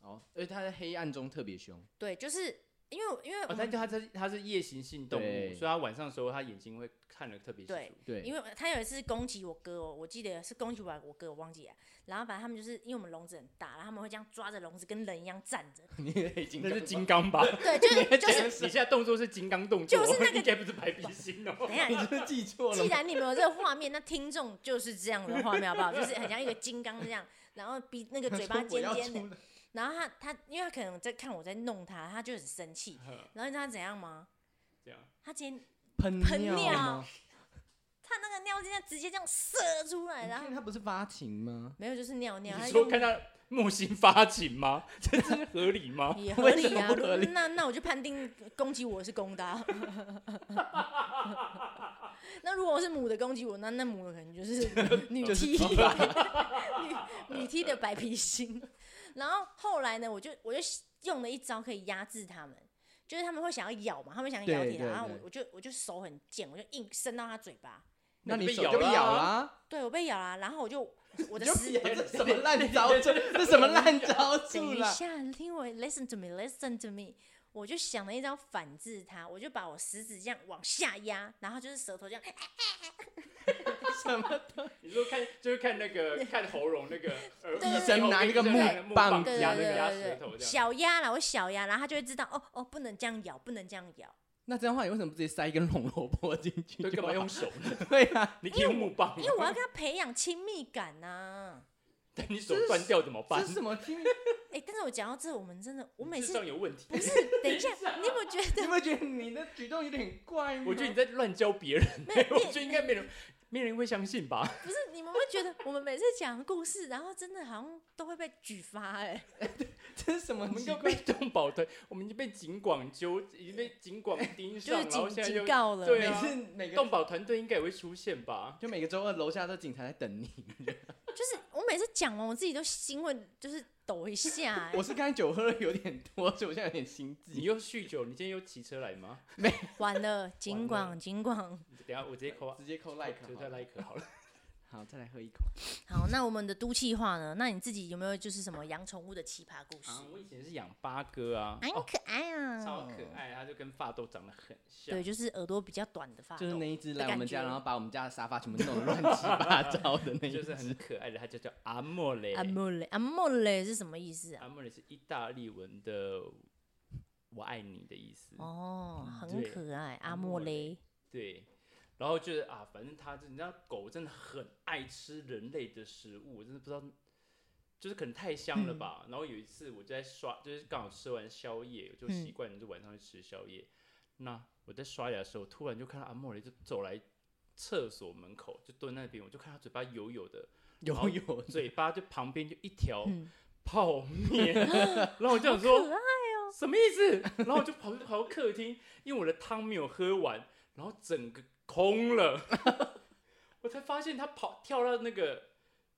Speaker 5: 哦，而且它在黑暗中特别凶，
Speaker 2: 对，就是因为我因为我
Speaker 3: 哦，
Speaker 2: 们、
Speaker 3: 但它是它是夜行性动物，所
Speaker 5: 对
Speaker 3: 以它晚上的时候它眼睛会看得特别清
Speaker 2: 对
Speaker 3: 楚。
Speaker 5: 对，
Speaker 2: 因为他有一次攻击我哥哦，我记得是攻击我我哥，我忘记了。然后反正他们就是因为我们笼子很大，然后他们会这样抓着笼子跟人一样站着。
Speaker 5: 你黑金
Speaker 3: 那
Speaker 5: 刚
Speaker 3: 是金刚吧？
Speaker 2: 对，就是就是。
Speaker 3: 你现在动作是金刚动作，哦
Speaker 2: 就是那个
Speaker 3: 应该不是白鼻星哦。
Speaker 2: 等一下，
Speaker 5: 你真的记错了
Speaker 2: 既
Speaker 5: 吗，
Speaker 2: 然你们有这个画面，那听众就是这样的画面，好不好？就是很像一个金刚这样，然后鼻那个嘴巴尖尖的，然后他他，因为他可能在看我在弄他，他就很生气。然后你知道他怎样吗？
Speaker 3: 这样，
Speaker 2: 他今天
Speaker 5: 喷
Speaker 2: 喷
Speaker 5: 尿
Speaker 2: 尿
Speaker 5: 吗？
Speaker 2: 他那个尿今天直接这样射出来，哎然
Speaker 5: 因
Speaker 2: 后
Speaker 5: 为它不是发情吗？
Speaker 2: 没有就是尿尿，他
Speaker 3: 你
Speaker 2: 就
Speaker 3: 说看到木星发情吗？ 这是合理吗？
Speaker 2: 也合理啊
Speaker 5: 哦为什么。不合理
Speaker 2: 那那我就判定攻击我是公的啊、 那如果是母的攻击我，那那母的可能就是女踢，女女踢的白皮星。然后后来呢，我就我就用了一招可以压制他们，就是他们会想要咬嘛，他们想要咬
Speaker 5: 对
Speaker 2: 铁，
Speaker 5: 对
Speaker 2: 然后我
Speaker 5: 对
Speaker 2: 我就我就手很贱，我就硬伸到他嘴巴，
Speaker 5: 那
Speaker 3: 你
Speaker 5: 你
Speaker 3: 被
Speaker 5: 手
Speaker 3: 咬
Speaker 5: 就被
Speaker 3: 了
Speaker 5: 咬
Speaker 3: 啊
Speaker 5: 啦！
Speaker 2: 对我被咬了，然后我就我的
Speaker 5: 你就
Speaker 2: 食
Speaker 5: 不咬这什么烂招数？这什么烂招
Speaker 2: 等
Speaker 5: 数
Speaker 2: 一
Speaker 5: 啦？
Speaker 2: 下，你听我，listen to me，listen to me。我就想了一招反制他，我就把我食指这样往下压，然后就是舌头这样，
Speaker 3: 你说看就是看那 个呃看喉咙那个，呃
Speaker 2: 对
Speaker 5: 医生拿那个木
Speaker 3: 木
Speaker 5: 棒
Speaker 2: 对对
Speaker 3: 压
Speaker 2: 对
Speaker 3: 那个压
Speaker 2: 对
Speaker 3: 舌
Speaker 2: 对
Speaker 3: 头
Speaker 2: 对，
Speaker 3: 这样。
Speaker 2: 小压啦，我小压，然后他就会知道，哦哦，不能这样咬，不能这样咬，
Speaker 5: 那这样的话，你为什么不直接塞一根红萝卜进去
Speaker 3: 对，
Speaker 5: 就
Speaker 3: 干
Speaker 5: 好？
Speaker 3: 嘛用手呢？
Speaker 5: 对啊，
Speaker 3: 哦你可以用木棒
Speaker 2: 因，为我要跟他培养亲密感呐、
Speaker 3: 但你手断掉怎么
Speaker 5: 这
Speaker 3: 办
Speaker 5: 是？什么 听？
Speaker 2: 哎、但是我讲到这，我们真的，我
Speaker 3: 你
Speaker 2: 每
Speaker 3: 智
Speaker 2: 次
Speaker 3: 商有问题。
Speaker 2: 不是，等一下，你有没有觉
Speaker 5: 你
Speaker 2: 得？
Speaker 5: 会觉得你的举动有点怪吗？
Speaker 3: 我觉得你在乱教别人，
Speaker 2: 没有
Speaker 3: 我
Speaker 2: 你
Speaker 3: 觉得应该没人，没人会相信吧？
Speaker 2: 不是你们会觉得我们每次讲故事，然后真的好像都会被举发哎、
Speaker 5: 这是什么
Speaker 3: 我们
Speaker 5: 奇
Speaker 3: 就
Speaker 5: 怪
Speaker 3: 被？动保团，我们已经被警广揪，已经被警广盯
Speaker 2: 就
Speaker 3: 上，
Speaker 2: 是
Speaker 3: 然后
Speaker 2: 警
Speaker 3: 现在又
Speaker 2: 警告了。
Speaker 3: 对
Speaker 5: 每
Speaker 3: 啊
Speaker 5: 次每个
Speaker 3: 动保团队应该也会出现吧？
Speaker 5: 就每个周二楼下都警察在 等你。
Speaker 2: 就是我每次讲完，我自己都心会就是抖 一下、欸
Speaker 5: 我是刚才酒喝的有点多，所以我现在有点心
Speaker 3: 你
Speaker 5: 悸。
Speaker 3: 又酗酒，你今天又骑车来吗？
Speaker 2: 完了，尽管尽管。
Speaker 3: 你等一下我直接扣啊，
Speaker 5: 直接扣
Speaker 3: 就
Speaker 5: like 好
Speaker 3: 再
Speaker 5: 了
Speaker 3: like 好了。
Speaker 5: 好，再来喝一口。
Speaker 2: 好，那我们的都气话呢？那你自己有没有就是什么养宠物的奇葩故事
Speaker 3: 啊？，我以前是养八哥啊，
Speaker 2: 很
Speaker 3: 哦
Speaker 2: 可爱啊，
Speaker 3: 超可。爱，它就跟发豆长得很像。
Speaker 2: 对，就是耳朵比较短
Speaker 3: 啊
Speaker 2: 的发
Speaker 5: 就是
Speaker 2: 豆。
Speaker 5: 那一只
Speaker 2: 的
Speaker 5: 来我
Speaker 2: 感
Speaker 5: 们
Speaker 2: 觉
Speaker 5: 家，然后把我们家的沙发全部弄得乱七八糟的那 一
Speaker 3: 就
Speaker 5: 只。
Speaker 3: 是很可爱的，它就叫阿莫雷。
Speaker 2: 阿莫雷，阿莫雷是什么意思啊？
Speaker 3: 阿莫雷是意大利文的“我爱你”的意思。
Speaker 2: 哦，很
Speaker 3: 啊嗯对
Speaker 2: 可爱，
Speaker 3: 阿
Speaker 2: 阿
Speaker 3: 莫
Speaker 2: 莫
Speaker 3: 雷
Speaker 2: 雷。
Speaker 3: 对，然后就是啊，反正它，你知道狗真的很爱吃人类的食物，我真的不知道，就是可能太香了吧。然后有一次我就在刷，就是刚好吃完宵夜，我就
Speaker 2: 嗯
Speaker 3: 习惯就晚上去吃宵夜。那我在刷牙的时候，突然就看到阿莫雷就走来厕所门口，就蹲在那边，我就看他嘴巴油油的，
Speaker 5: 有有，
Speaker 3: 嘴巴就旁边就一条
Speaker 2: 嗯
Speaker 3: 泡面，然后我就想说，什么意思？然后我就跑跑到客厅，因为我的汤没有喝完，然后整个空了， 我才发现他跑跳到那个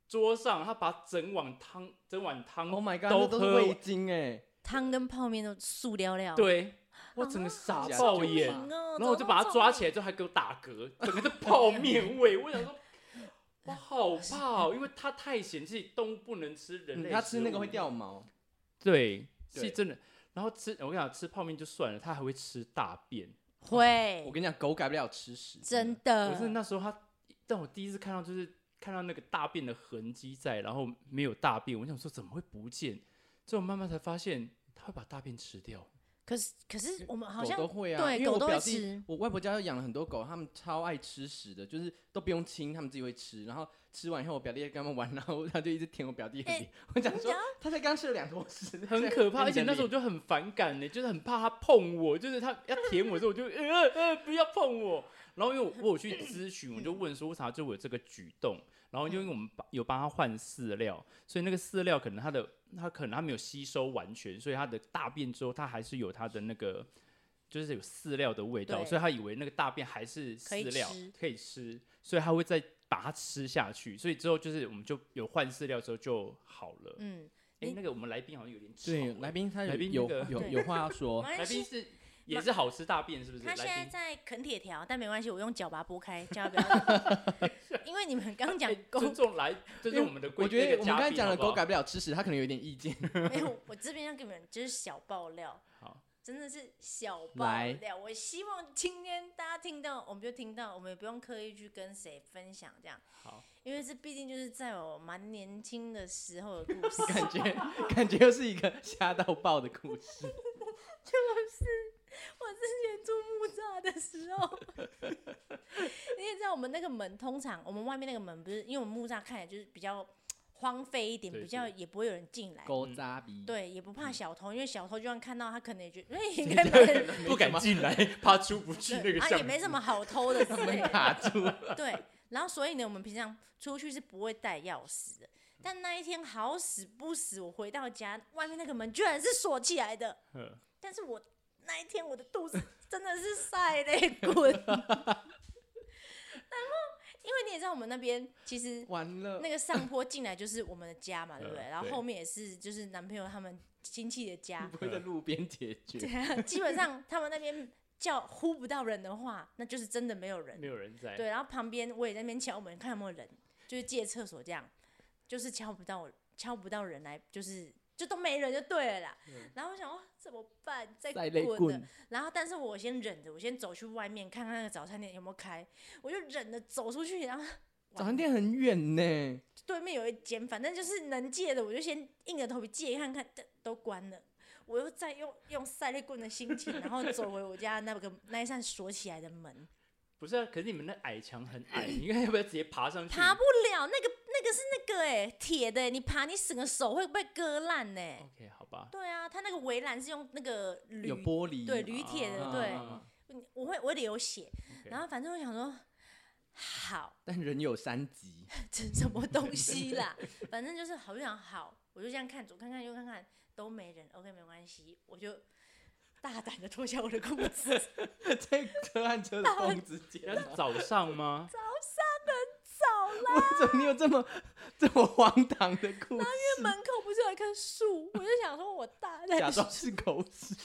Speaker 3: 桌上，他把整碗汤整碗汤
Speaker 5: Oh my god，
Speaker 3: 都
Speaker 5: 那都是
Speaker 3: 喝
Speaker 5: 味
Speaker 3: 完
Speaker 5: 精哎，
Speaker 2: 汤跟泡面都塑料料。，
Speaker 3: 对啊我整个傻
Speaker 5: 假
Speaker 3: 爆
Speaker 5: 的
Speaker 3: 眼，
Speaker 5: 吧
Speaker 2: 哦，
Speaker 3: 然后我就把他抓起来之后还给我打嗝，整个是泡面味，我想说。我好怕哦，因为它太嫌弃动物不能吃人类食
Speaker 5: 嗯
Speaker 3: 物，
Speaker 5: 它吃那个会掉毛。
Speaker 3: 对，
Speaker 5: 对
Speaker 3: 是真的。然后吃，我跟你讲，吃泡面就算了，它还会吃大便。
Speaker 5: 我
Speaker 2: 会
Speaker 5: 跟你讲，狗改不了吃屎，
Speaker 2: 真
Speaker 3: 我是
Speaker 2: 的，
Speaker 3: 那时候他，但我第一次看到就是看到那个大便的痕迹在，然后没有大便，我想说怎么会不见？最后慢慢才发现他会把大便吃掉。
Speaker 2: 可是可是我们好
Speaker 5: 狗
Speaker 2: 像
Speaker 5: 都会啊，
Speaker 2: 对
Speaker 5: 因为
Speaker 2: 狗
Speaker 5: 我
Speaker 2: 都会
Speaker 5: 表弟
Speaker 2: 吃，
Speaker 5: 我外婆家养了很多狗，他们超爱吃屎的，就是都不用亲，他们自己会吃。然后吃完以后，我表弟跟他们玩，然后 他就一直舔我表弟的
Speaker 2: 哎
Speaker 5: 脸。我想说，他才刚吃了两坨 屎，
Speaker 3: 很可怕，而且那时候我就
Speaker 5: 种
Speaker 3: 很反感呢、就是很怕他碰我，就是他要舔我的时候，我就呃呃不要碰我。然后因为我我有去咨询，我就问说为啥就我有这个举动，然后因为我们帮有帮他换饲料，所以那个饲料可能他的他可能他没有吸收完全，所以他的大便之后他还是有他的那个就是有饲料的味道，
Speaker 2: 对
Speaker 3: 所以他以为那个大便还是饲料
Speaker 2: 可以吃
Speaker 3: 可以吃，所以他会再把它吃下去，所以之后就是我们就有换饲料之后就好了。
Speaker 2: 嗯，
Speaker 3: 哎、
Speaker 2: 你
Speaker 3: 那个我们来宾好像有点吵欸。
Speaker 5: 对来宾他有
Speaker 3: 来宾那
Speaker 5: 有
Speaker 3: 个
Speaker 5: 有
Speaker 2: 对
Speaker 5: 有话要 说，
Speaker 2: 没
Speaker 3: 哦来
Speaker 2: 关
Speaker 3: 宾
Speaker 2: 系。
Speaker 3: 是也是好吃大便是不是？
Speaker 2: 他现
Speaker 3: 来
Speaker 2: 在
Speaker 3: 宾
Speaker 2: 在啃铁条，但没关系，我用脚把它拨开，叫 他不要。因为你们刚讲
Speaker 3: 哎
Speaker 2: 狗，
Speaker 3: 尊重来，尊重我们的规。
Speaker 5: 我觉
Speaker 3: 那
Speaker 5: 得
Speaker 3: 个
Speaker 5: 我们刚才
Speaker 3: 嘉宾
Speaker 5: 讲了
Speaker 3: 好不好
Speaker 5: 狗改不了吃屎，他可能有点意见。
Speaker 2: 没有，我这边要给你们就是小爆料，
Speaker 3: 好，
Speaker 2: 真的是小爆
Speaker 5: 来
Speaker 2: 料。我希望今天大家听到，我们就听到，我们也不用刻意去跟谁分享这样。
Speaker 3: 好，
Speaker 2: 因为这毕竟就是在我蛮年轻的时候的 故事，
Speaker 5: 感觉感觉又是一个吓到爆的故 事。
Speaker 2: 我之前住木栅的时候， 你也知道我们那个门通常我们外面那个门不是，因为我们木栅看起来就是比较荒废一点，
Speaker 3: 对
Speaker 2: 比较也不会有人进来。
Speaker 3: 嗯
Speaker 5: 狗扎鼻，，
Speaker 2: 对，也不怕小偷，因为小偷就算看到他，可能也觉 得，哎，应该没人
Speaker 3: 不敢进来， 怕出不去那
Speaker 2: 对
Speaker 3: 个
Speaker 2: 啊，
Speaker 3: 巷
Speaker 2: 也
Speaker 3: 子。
Speaker 2: 没什么好偷的之类的。
Speaker 5: 卡住。
Speaker 2: 对，然后所以呢，我们平常出去是不会带钥匙的。但那一天好死不死，我回到家，外面那个门居然是锁起来的。
Speaker 3: 嗯
Speaker 2: 但是我那一天我的 肚子真的是晒泪滚。 然后，因为你也知道，我们那边其实
Speaker 5: 完了
Speaker 2: 那，个上坡进来就是我们的家嘛，对不对？
Speaker 3: 嗯
Speaker 2: 然后
Speaker 3: 对
Speaker 2: 后面也是就是男朋友他们亲戚的家，
Speaker 5: 不会在路边解决。
Speaker 2: 啊对啊，基本上他们那边叫呼不到人的话，那就是真的没有人
Speaker 3: 没。有人在。
Speaker 2: 对，然后旁边我也在那边敲门，看有没有人，就是借厕所这样，就是敲不到，敲不到人来，就是就都没人就对了啦。然后我想哦，怎么办？再
Speaker 5: 再累
Speaker 2: 滚
Speaker 5: 嗯棍
Speaker 2: 的。，然后但是我先忍着，我先走去外面看看那个早餐店有没有开，我就忍着走出去，然后
Speaker 5: 早餐店很远呢。
Speaker 2: 对面有一间，反正就是能借的，我就先硬着头皮借看看，但都关了。我又再用用塞肋棍的心情，然后走回我家那个那一扇锁起来的门，
Speaker 3: 不是啊，可是你们那矮墙很矮，你应 该要不要直接爬
Speaker 5: 嗯
Speaker 3: 上去？
Speaker 2: 爬不了。那个那个是那个哎、铁的欸、你爬你整个手会被割烂呢、欸
Speaker 3: OK，好吧。
Speaker 2: 对啊，它那个围栏是用那个铝
Speaker 5: 哦有玻璃，啊
Speaker 2: 对铝铁的，对，
Speaker 3: 啊
Speaker 2: 我会我会流血。
Speaker 3: OK
Speaker 2: 然后反正我想说，好，
Speaker 5: 但人有三 级，
Speaker 2: 这什么东西 啦？反正就是好，我就想好，我就这样看左看看右看看都没人，OK 没关系，我就大胆的脱下我的裤子，
Speaker 5: 在车和车的缝之间
Speaker 3: 那。是早上 吗？
Speaker 5: 为什么你 有这么 这么荒唐的故事？
Speaker 2: 门口不是有一棵树，我就想说我大
Speaker 5: 假
Speaker 2: 胆
Speaker 5: 装是狗屎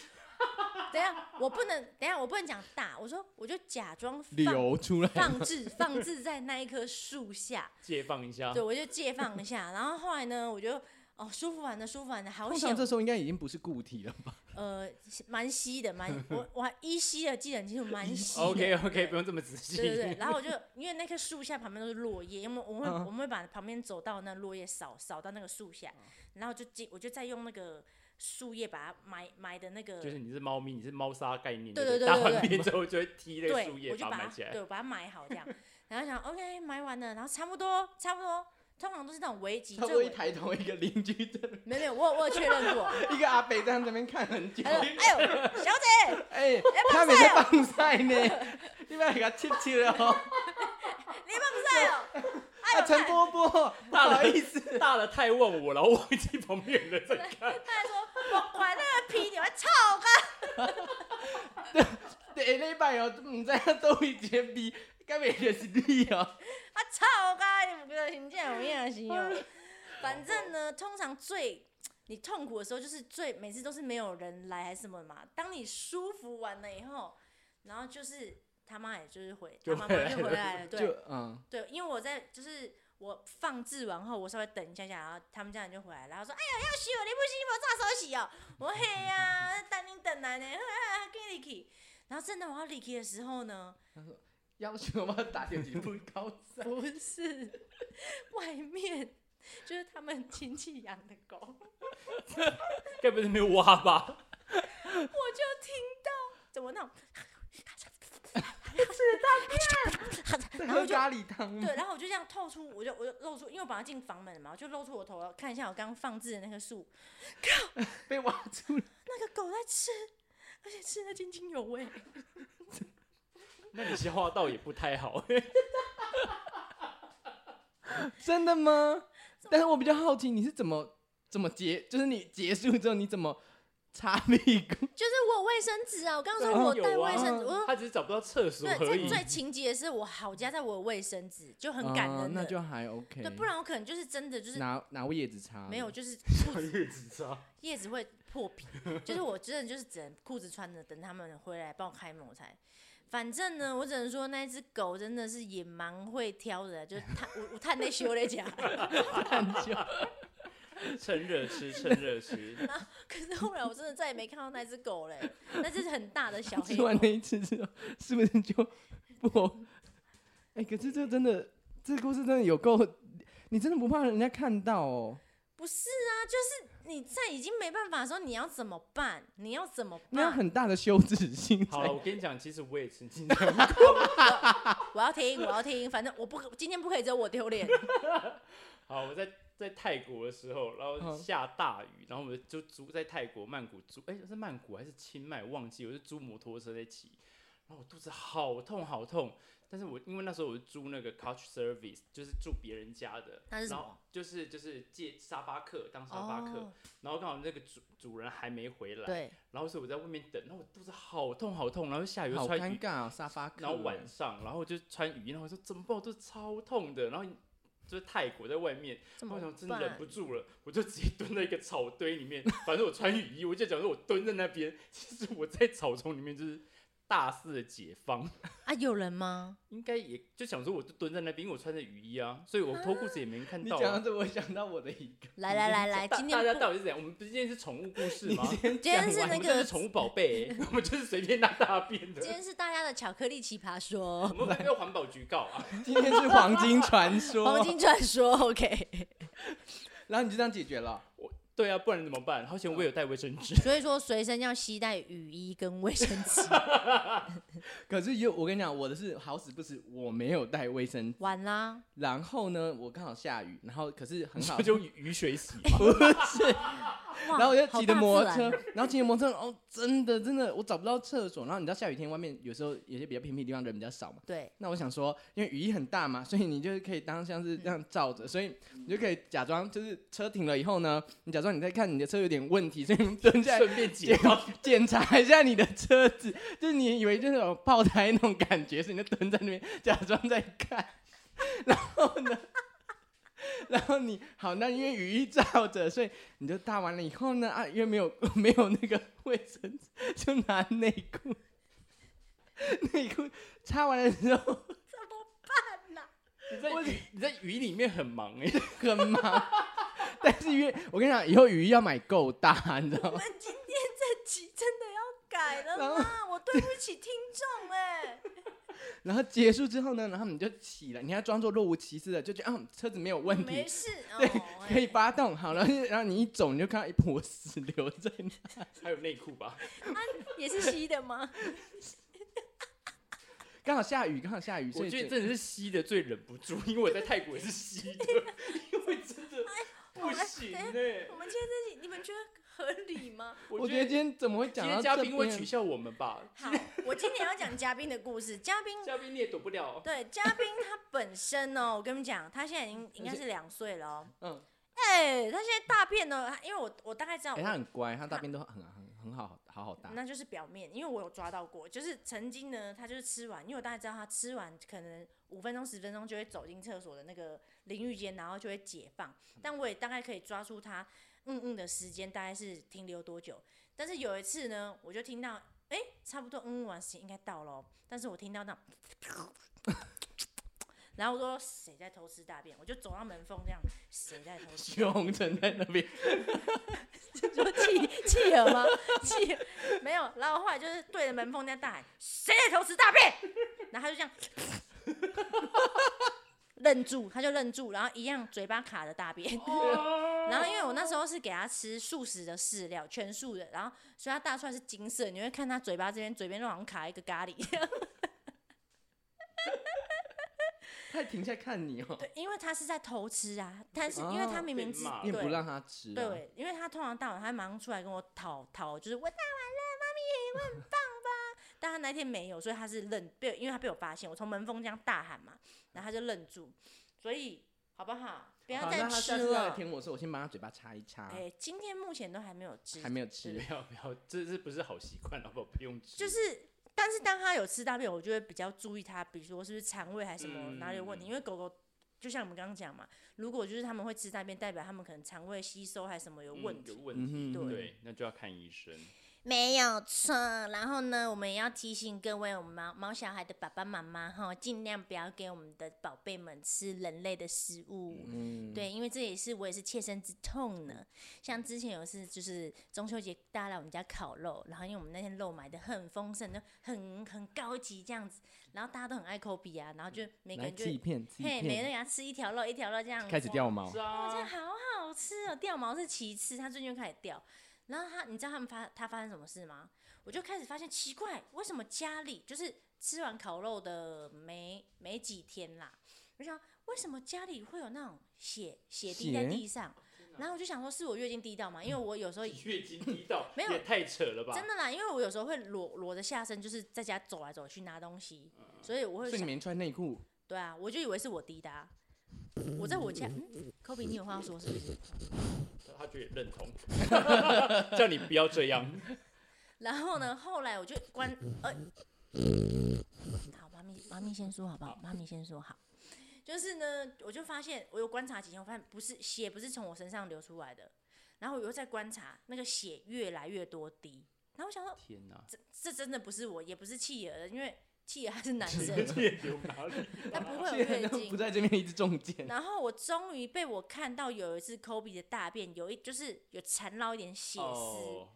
Speaker 2: 等一下我不能，等一下我不能讲大，我说我就假装放
Speaker 5: 流出来，
Speaker 2: 放置放置在那一棵 树下，
Speaker 3: 借放一下
Speaker 2: 对。我就借放一下， 然后后来呢，我就哦舒服完了舒服完了，好
Speaker 5: 通
Speaker 2: 险
Speaker 5: 常，这时候应该已经不是固体了吧？
Speaker 2: 呃蛮稀的蛮我 我还依稀的记得很清楚，蛮 稀的。
Speaker 3: 哦 OK OK，
Speaker 2: 对
Speaker 3: 不用这么仔细。
Speaker 2: 对对 对，然后我就因为那棵树下旁边都是落叶，因为我们我
Speaker 3: 啊
Speaker 2: 们会、
Speaker 5: 嗯
Speaker 2: 我们会把旁边走道那落叶扫扫到那个树下，
Speaker 3: 啊
Speaker 2: 然后就接我就再用那个树叶把它埋埋的那 个，
Speaker 3: 就是你是猫咪，你是猫砂概念，
Speaker 2: 对
Speaker 3: 对
Speaker 2: 对对
Speaker 3: 搭
Speaker 2: 对
Speaker 3: 完
Speaker 2: 对
Speaker 3: 便之后就会踢那个树
Speaker 2: 对，
Speaker 3: 叶
Speaker 2: 我就
Speaker 3: 把它
Speaker 2: 把
Speaker 3: 埋起来
Speaker 2: 对，。我把它埋好这样，然后想 OK 埋完了，然后差不多差不多，通常都是那种危急，
Speaker 5: 他
Speaker 2: 最
Speaker 5: 会
Speaker 2: 危
Speaker 5: 一抬头，一个邻居在那边
Speaker 2: 没有没有，我有我有确认 过，
Speaker 5: 一个阿北在那边看很久
Speaker 2: 他，说哎呦小姐，
Speaker 5: 哎，他每天放晒呢， 你不要给他切切了哦。
Speaker 2: 你放晒哦，
Speaker 5: 啊，陈波波，不好意思，
Speaker 3: 大了太忘我，然后忘记旁边有人 在看。
Speaker 2: 他还说我管那个皮，你还操我
Speaker 5: 下礼拜哦，唔知影倒位一个味，该袂就是你哦。
Speaker 2: 啊操该你不得行这样有样行哦。反正呢，通常最你痛苦的时候，就是最每次都是没有人来还是什么嘛。当你舒服完了以后，然后就是他妈也就是回
Speaker 3: 就
Speaker 2: 他妈妈
Speaker 3: 回来
Speaker 2: 就
Speaker 3: 了
Speaker 2: 回来了，
Speaker 5: 就
Speaker 2: 对
Speaker 5: 嗯，
Speaker 2: 对，因为我在就是我放置完后，我稍微等一下下，然后他们家人就回来，然后说：“哎呀，要洗哦，你不洗，我咋手洗哦？”我说嘿呀、等你等来呢，啊，给你去。然后真的我要离去的时候呢，
Speaker 5: 要求我打点几步高 山，
Speaker 2: 不是外面就是他们亲戚养的狗，我
Speaker 3: 该不是没有挖吧？
Speaker 2: 就听到怎么 弄，
Speaker 5: 在喝咖喱汤吗？
Speaker 2: 对，然后我就这样透出，我就我就露出，因为我把它进房门了嘛，我就露出我头看一下我刚刚放置的那棵树，
Speaker 5: 被挖出来，
Speaker 2: 那个狗在吃，而且吃的津津有味。
Speaker 3: 那你消化道也不太 好。
Speaker 5: 真的吗？但是我比较好奇，你是怎么怎么结，就是你结束之后你怎么擦屁股？
Speaker 2: 就是我有卫生纸啊，我刚刚
Speaker 5: 嗯
Speaker 2: 说我
Speaker 3: 有
Speaker 2: 带
Speaker 3: 啊
Speaker 2: 卫生纸，我
Speaker 3: 他只是找不到厕所而
Speaker 2: 对，
Speaker 3: 已
Speaker 2: 最。最情急的是我好家在我有卫生纸，就很感
Speaker 5: 啊
Speaker 2: 恩的。
Speaker 5: 那就还 OK。
Speaker 2: 对，不然我可能就是真的就是
Speaker 5: 拿拿叶子擦，
Speaker 2: 没有，就是
Speaker 3: 小叶子渣，
Speaker 2: 叶子会破皮， 就是我真的就是只能裤子穿着等他们回来帮我开门我才。反正呢，我只能说那只狗真的是也蛮会挑的，啊就是探我我探内修了 讲，
Speaker 3: 趁热 吃，趁热吃。
Speaker 2: 可是后来我真的再也没看到那只狗嘞，那只很大的 小黑
Speaker 5: 吃完
Speaker 2: 狗
Speaker 5: 那。一次之后，是不是就 不？哎、可是这真的，这个故事真的有够，你真的不怕人家看到哦？
Speaker 2: 不是啊，就是你在已经没办法的时候，你要怎么办？你要怎么
Speaker 5: 那要
Speaker 2: 办？
Speaker 5: 很大的羞耻心才。
Speaker 2: 啊
Speaker 3: 好了，我跟你讲，其实我也曾经这 样
Speaker 2: 我要听，我要听，反正我不可今天不可以只有我丢 脸。
Speaker 3: 好，我在在泰国的时候，然后
Speaker 5: 嗯
Speaker 3: 下大雨，然后我就租在泰国曼谷租，哎、是曼谷还是清迈忘记，我就租摩托车在骑，然后我肚子好痛好痛，但是我因为那时候我是租那个 couch service，就是住别人家的，
Speaker 2: 那是什
Speaker 3: 然
Speaker 2: 么
Speaker 3: 后就是就是借沙发客当沙发客，
Speaker 2: 哦
Speaker 3: 然后刚好那个主主人还没回来，
Speaker 2: 对，
Speaker 3: 然后所以我在外面等，然后我肚子好痛好痛，然后下雨又
Speaker 5: 好
Speaker 3: 穿雨
Speaker 5: 尴尬、哦，沙发客。
Speaker 3: 然后晚上，然后就穿雨衣，然后我说怎么办？我肚子超痛的，然后就是泰国在外面，
Speaker 2: 怎
Speaker 3: 然
Speaker 2: 么
Speaker 3: 后我想真的忍
Speaker 2: 办
Speaker 3: 不住了，我就直接蹲在一个草堆里面， 反正我穿雨衣，我就讲说我蹲在那边， 其实我在草丛里面就是大肆的解放，
Speaker 2: 啊，有人吗？
Speaker 3: 应该也就想说我就蹲在那边，因为我穿着雨衣啊，所以我脱裤子也没人看
Speaker 5: 你
Speaker 3: 到、
Speaker 5: 讲到
Speaker 3: 啊。
Speaker 5: 这，我想到我的一个，
Speaker 2: 来来来来，
Speaker 3: 大
Speaker 2: 今
Speaker 3: 大家
Speaker 2: 天不
Speaker 3: 到底是怎样？我们不是今天是宠物故事吗？
Speaker 5: 今
Speaker 2: 今天是
Speaker 3: 我
Speaker 2: 那
Speaker 3: 们真的
Speaker 2: 个
Speaker 3: 是宠物宝 贝欸、我们就是随便拉大便 的
Speaker 2: 今。天是大家的巧克力奇葩
Speaker 3: 我
Speaker 2: 说，
Speaker 3: 们会不会被环保局告啊？
Speaker 5: 今天是黄金传说，
Speaker 2: 黄金传说。OK，
Speaker 5: 然后你就这样解决了。
Speaker 3: 对啊，不然怎么办？好险我有带卫生纸。，
Speaker 2: 所以说随身要携带雨衣跟卫生 纸。
Speaker 5: 可是有我跟你讲，我的是好死不死，我没有带卫生纸。
Speaker 2: 晚啦，
Speaker 5: 然后呢，我刚好下雨，然后可是很 好
Speaker 3: 就雨雨水洗嘛。
Speaker 5: 不 是，
Speaker 2: 哇
Speaker 5: 然后我就
Speaker 2: 哦好
Speaker 5: 骑着
Speaker 2: 大
Speaker 5: 摩托
Speaker 2: 自
Speaker 5: 车
Speaker 2: 然，啊
Speaker 5: 然后骑着摩托车，哦，真的真的，我找不到厕所。然后你知道下雨天外面有时候有些比较偏僻地方人比较少嘛，
Speaker 2: 对，
Speaker 5: 那我想说，因为雨衣很大嘛，所以你就是可以当像是这样罩着，所以你就可以假装就是车停了以后呢，你假装你在看你的车有点问题，所以你蹲下来
Speaker 3: 顺便 解放，
Speaker 5: 检查一下你的车子，就是你以为就是有爆胎那种感觉，所以你就蹲在那边假装在看，然后呢，然后你好，那因为雨衣罩着，所以你就大完了以后呢，啊，因为没有 没有那个卫生纸，就拿内裤，内裤擦完了之后
Speaker 3: 你在雨你在雨里面很忙哎、
Speaker 5: 很忙。 但是因为我跟你讲，以后雨衣要买够大，你知道
Speaker 2: 我
Speaker 5: 吗？
Speaker 2: 们今天这集真的要改了
Speaker 5: 然
Speaker 2: 啦， 我对不起听众哎、
Speaker 5: 然后结束之后呢，然后你就起来，你要装作若无其事的，就觉得啊车子没有问题
Speaker 2: 没，事 哦
Speaker 5: 对，可以
Speaker 2: 哎
Speaker 5: 发动好，然后然后你一走，你就看到一坨屎留在那，
Speaker 3: 还有内裤吧？
Speaker 2: 也是吸的吗？
Speaker 5: 刚好下雨，刚好下雨，所
Speaker 3: 我
Speaker 5: 以
Speaker 3: 觉得
Speaker 5: 这
Speaker 3: 真的是吸的最忍不住，因为我在泰国也是吸的，因为真的不行哎、
Speaker 2: 我们哎今天这集你们觉得合理吗？
Speaker 5: 我
Speaker 3: 觉
Speaker 5: 觉得
Speaker 3: 得
Speaker 5: 今天怎么会
Speaker 3: 今
Speaker 5: 讲
Speaker 3: 天
Speaker 5: 到
Speaker 3: 嘉
Speaker 5: 这
Speaker 3: 宾会取
Speaker 5: 边
Speaker 3: 笑我们吧？
Speaker 2: 好，我今天要讲嘉宾的故事，嘉宾
Speaker 3: 嘉宾你也躲不了，
Speaker 2: 对，嘉宾他本身哦， 我跟你讲，他现在已经应该是两岁了哦。
Speaker 5: 嗯
Speaker 2: 哎、他现在大便呢，他因为我我大概知道
Speaker 5: 哎，
Speaker 2: 我
Speaker 5: 他很乖，他大便都很很很好，好好 大。
Speaker 2: 那就是表面，因为我有抓到过，就是曾经呢，他就是吃完，因为我大概知道他吃完可能五分钟十分钟就会走进厕所的那个淋浴间，然后就会解放，但我也大概可以抓住他嗯嗯的时间大概是停留多久。但是有一次呢，我就听到哎、差不多嗯嗯完时间应该到了哦，但是我听到那种然后我说谁在偷吃大便，我就走到门缝这样，谁在偷吃？
Speaker 5: 徐宏成在那边，
Speaker 2: 说气气儿吗？ 气儿没有。然后后来就是对着门缝那样大喊：“谁在偷吃大便？”然后他就这样愣住，他就愣住，然后一样嘴巴卡着大便。
Speaker 3: 哦
Speaker 2: 然后因为哦我那时候是给他吃素食的饲料，全素的，然后所以他大出来是金色，你会看他嘴巴这边嘴边都好像卡一个咖喱。
Speaker 5: 他还停下看你哦，
Speaker 2: 对，因为他是在偷吃啊，但是因为他
Speaker 5: 哦
Speaker 2: 明明知
Speaker 3: 啊被骂
Speaker 5: 你
Speaker 2: 对
Speaker 5: 不让他吃、啊，
Speaker 2: 对，因为他通常大晚，他马上出来跟我讨讨，就是我大完了，妈咪，我很棒吧？ 但他那天没有，所以他是愣被，因为他被我发现，我从门缝这样大喊嘛，然后他就愣住，所以好不好？不要
Speaker 5: 好，那
Speaker 2: 再
Speaker 5: 他下
Speaker 2: 吃
Speaker 5: 次要来
Speaker 2: 了。
Speaker 5: 舔我的时候，我先把他嘴巴擦一擦，
Speaker 2: 哎、今天目前都还没有吃，
Speaker 5: 还没有吃
Speaker 3: 不。要不要，这这不是好习惯，好不好？不用吃，
Speaker 2: 就是，但是当他有吃大便，我就会比较注意他，比如说是不是肠胃还是什么、
Speaker 3: 嗯
Speaker 2: 哪里有问题，因为狗狗就像我们刚刚讲嘛，如果就是他们会吃大便，代表他们可能肠胃吸收还是什么有
Speaker 3: 嗯
Speaker 2: 问题。
Speaker 3: 有问
Speaker 5: 嗯
Speaker 3: 题，
Speaker 5: 哼，
Speaker 2: 对
Speaker 3: 对，那就要看医生。
Speaker 2: 没有错，然后呢，我们也要提醒各位我们毛毛小孩的爸爸妈妈哈，尽量不要给我们的宝贝们吃人类的食物。
Speaker 5: 嗯，
Speaker 2: 对，因为这也是我也是切身之痛呢。像之前有一次，就是中秋节大家来我们家烤肉，然后因为我们那天肉买的很丰盛，就很很高级这样子，然后大家都很爱抠鼻啊，然后就每个
Speaker 5: 来
Speaker 2: 人就
Speaker 5: 吃一片，吃一
Speaker 2: 嘿，每个人
Speaker 5: 片，
Speaker 2: 给他吃一条肉，一条肉这样
Speaker 5: 开始
Speaker 2: 哇
Speaker 5: 掉毛
Speaker 3: 是，
Speaker 2: 哦，这
Speaker 3: 啊，
Speaker 2: 好好吃哦！掉毛是其次，它最近又开始掉。然后他，你知道他们发他发生什么事吗？我就开始发现奇怪，为什么家里就是吃完烤肉的没没几天啦，我就想为什么家里会有那种血血滴在
Speaker 5: 血嗯
Speaker 2: 地上？然后我就想说，是我月经滴到嘛？因为我有时候
Speaker 3: 月经滴到
Speaker 2: 没有
Speaker 3: 也太扯了吧？
Speaker 2: 真的啦，因为我有时候会裸裸着下身，就是在家走来走去拿东西，所以我会
Speaker 5: 嗯所以你
Speaker 2: 想，
Speaker 5: 没穿内裤，
Speaker 2: 对啊，我就以为是我滴的、啊。我在我家，嗯，科比，你有话要说是不是？
Speaker 3: 他觉得也认同， 叫你不要这 样。
Speaker 2: 然后
Speaker 5: 嗯
Speaker 2: 呢，后来我就关呃，好，妈咪妈咪先说好不好？妈咪先说好。就是呢，我就发现我有观察几天，我发现不是血不是从我身上流出来的，然后我又在观察那个血越来越多滴，然后我想说
Speaker 3: 天哪，
Speaker 2: 这这真的不是我，也不是气儿，因为气儿他是男生，
Speaker 3: 这流哪里？
Speaker 2: 他不会有
Speaker 5: 现在
Speaker 2: 月
Speaker 5: 都
Speaker 2: 经
Speaker 5: 不。在这边一直中箭，
Speaker 2: 然后我终于被我看到有一次 Kobe 的大便有一就是有缠绕一点血丝，
Speaker 3: 哦，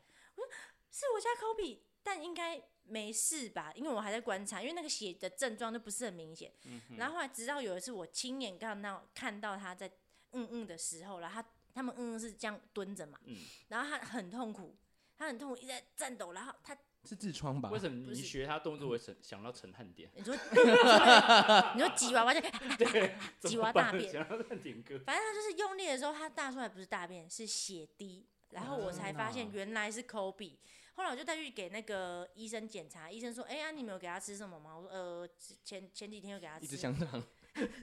Speaker 2: 是我家 Kobe，但应该没事吧？因为我还在观察，因为那个血的症状都不是很明显。然后后来直到有一次我亲眼看到看到他在嗯嗯的时候，然后他他们嗯嗯是这样蹲着嘛，
Speaker 3: 嗯
Speaker 2: 然后他很痛苦，他很痛苦一直在颤抖，然后他
Speaker 5: 是痔疮吧
Speaker 3: 为？什么
Speaker 2: 不
Speaker 3: 你
Speaker 2: 是
Speaker 3: 学他动作，我想想到陈汉 典？
Speaker 2: 你说你说吉娃娃就
Speaker 3: 对，怎
Speaker 2: 吉
Speaker 3: 么
Speaker 2: 娃大
Speaker 3: 办
Speaker 2: 便
Speaker 3: 想到汉典 哥，
Speaker 2: 反正他就是用力的时候，他大出来不是大便，是血滴。然后我才发
Speaker 3: 啊
Speaker 2: 现原来是 Kobe。后来我就带去给那个医生检查，医生说：“哎、呀、你们有给他吃什么吗？”我说：“呃，前前几天有给他吃。”
Speaker 5: 一 直香肠，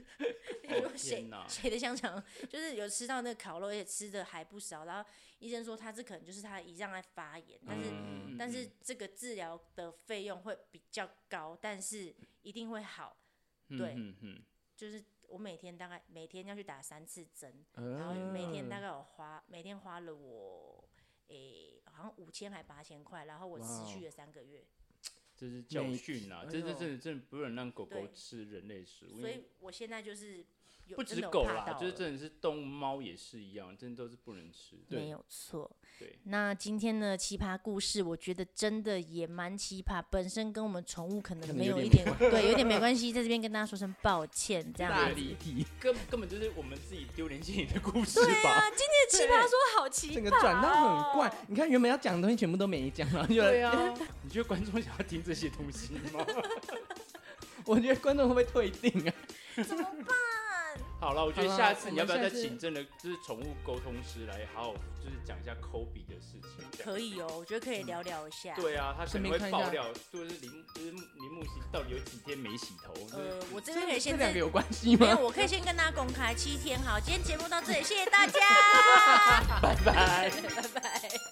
Speaker 2: 我
Speaker 3: 哦
Speaker 2: 说哎谁
Speaker 3: 天哪！
Speaker 2: 谁的香肠，就是有吃到那个烤肉，而且吃的还不少。然后医生说他这可能就是他的胰脏在发炎，但是、
Speaker 3: 嗯
Speaker 2: 但是这个治疗的费用会比较高，但是一定会好。对
Speaker 3: 嗯嗯
Speaker 2: 就是我每天大概每天要去打三次针，然后
Speaker 5: 嗯
Speaker 2: 每天大概有花，每天花了我诶、好像五千还八千块，然后我持续了三个月，
Speaker 3: 这是教训啊！
Speaker 5: 每
Speaker 3: 这
Speaker 5: 哎
Speaker 3: 这
Speaker 5: 呦
Speaker 3: 真的真的不能让狗狗
Speaker 2: 对
Speaker 3: 吃人类食物，因
Speaker 2: 所
Speaker 3: 为
Speaker 2: 以我现在就是有
Speaker 3: 不只
Speaker 2: 真
Speaker 3: 是
Speaker 2: 的有
Speaker 3: 狗
Speaker 2: 怕
Speaker 3: 啦，
Speaker 2: 到
Speaker 3: 就是
Speaker 2: 了
Speaker 3: 真的是动物，猫也是一样，真的都是不能吃。
Speaker 5: 对
Speaker 2: 没有错。
Speaker 3: 对，
Speaker 2: 那今天的奇葩故事，我觉得真的也蛮奇葩，本身跟我们宠物可
Speaker 5: 可
Speaker 2: 能
Speaker 5: 能
Speaker 2: 没
Speaker 5: 有
Speaker 2: 一
Speaker 5: 点
Speaker 2: 点，对，有点没关系，在这边跟大家说声抱歉，这样
Speaker 5: 大
Speaker 2: 子。
Speaker 5: 离题，
Speaker 3: 根根本就是我们自己丢脸心里的故事
Speaker 2: 对
Speaker 3: 吧
Speaker 2: 啊，？今天的奇葩说好奇
Speaker 5: 整
Speaker 2: 葩、
Speaker 5: 个
Speaker 2: 哦，
Speaker 5: 转到很怪。你看原本要讲的东西全部都没讲， 然后就
Speaker 3: 对啊，你觉得观众想要听这些东西 吗？
Speaker 5: 我觉得观众会不会退订啊？
Speaker 2: 怎么办？
Speaker 3: 好了，我觉得
Speaker 5: 好啦
Speaker 3: 下次
Speaker 5: 我
Speaker 3: 你
Speaker 5: 们
Speaker 3: 要不要再
Speaker 5: 下次
Speaker 3: 请真的就是宠物沟通师来好好就是讲一下抠鼻的事情？这样
Speaker 2: 可以哦，我觉得可以聊聊一下。
Speaker 3: 对啊，他可
Speaker 5: 顺
Speaker 3: 能
Speaker 5: 便
Speaker 3: 会
Speaker 5: 看一下
Speaker 3: 爆料，就是林就是林木喜到底有几天没洗头？
Speaker 2: 呃，我这
Speaker 5: 这
Speaker 2: 边可以
Speaker 5: 这
Speaker 2: 先
Speaker 5: 两
Speaker 2: 在
Speaker 5: 个有关系
Speaker 2: 没有，
Speaker 5: 吗？
Speaker 2: 我可以先跟大家公开七天。好，今天节目到这里，谢谢大家，
Speaker 3: 拜拜。
Speaker 2: 拜拜。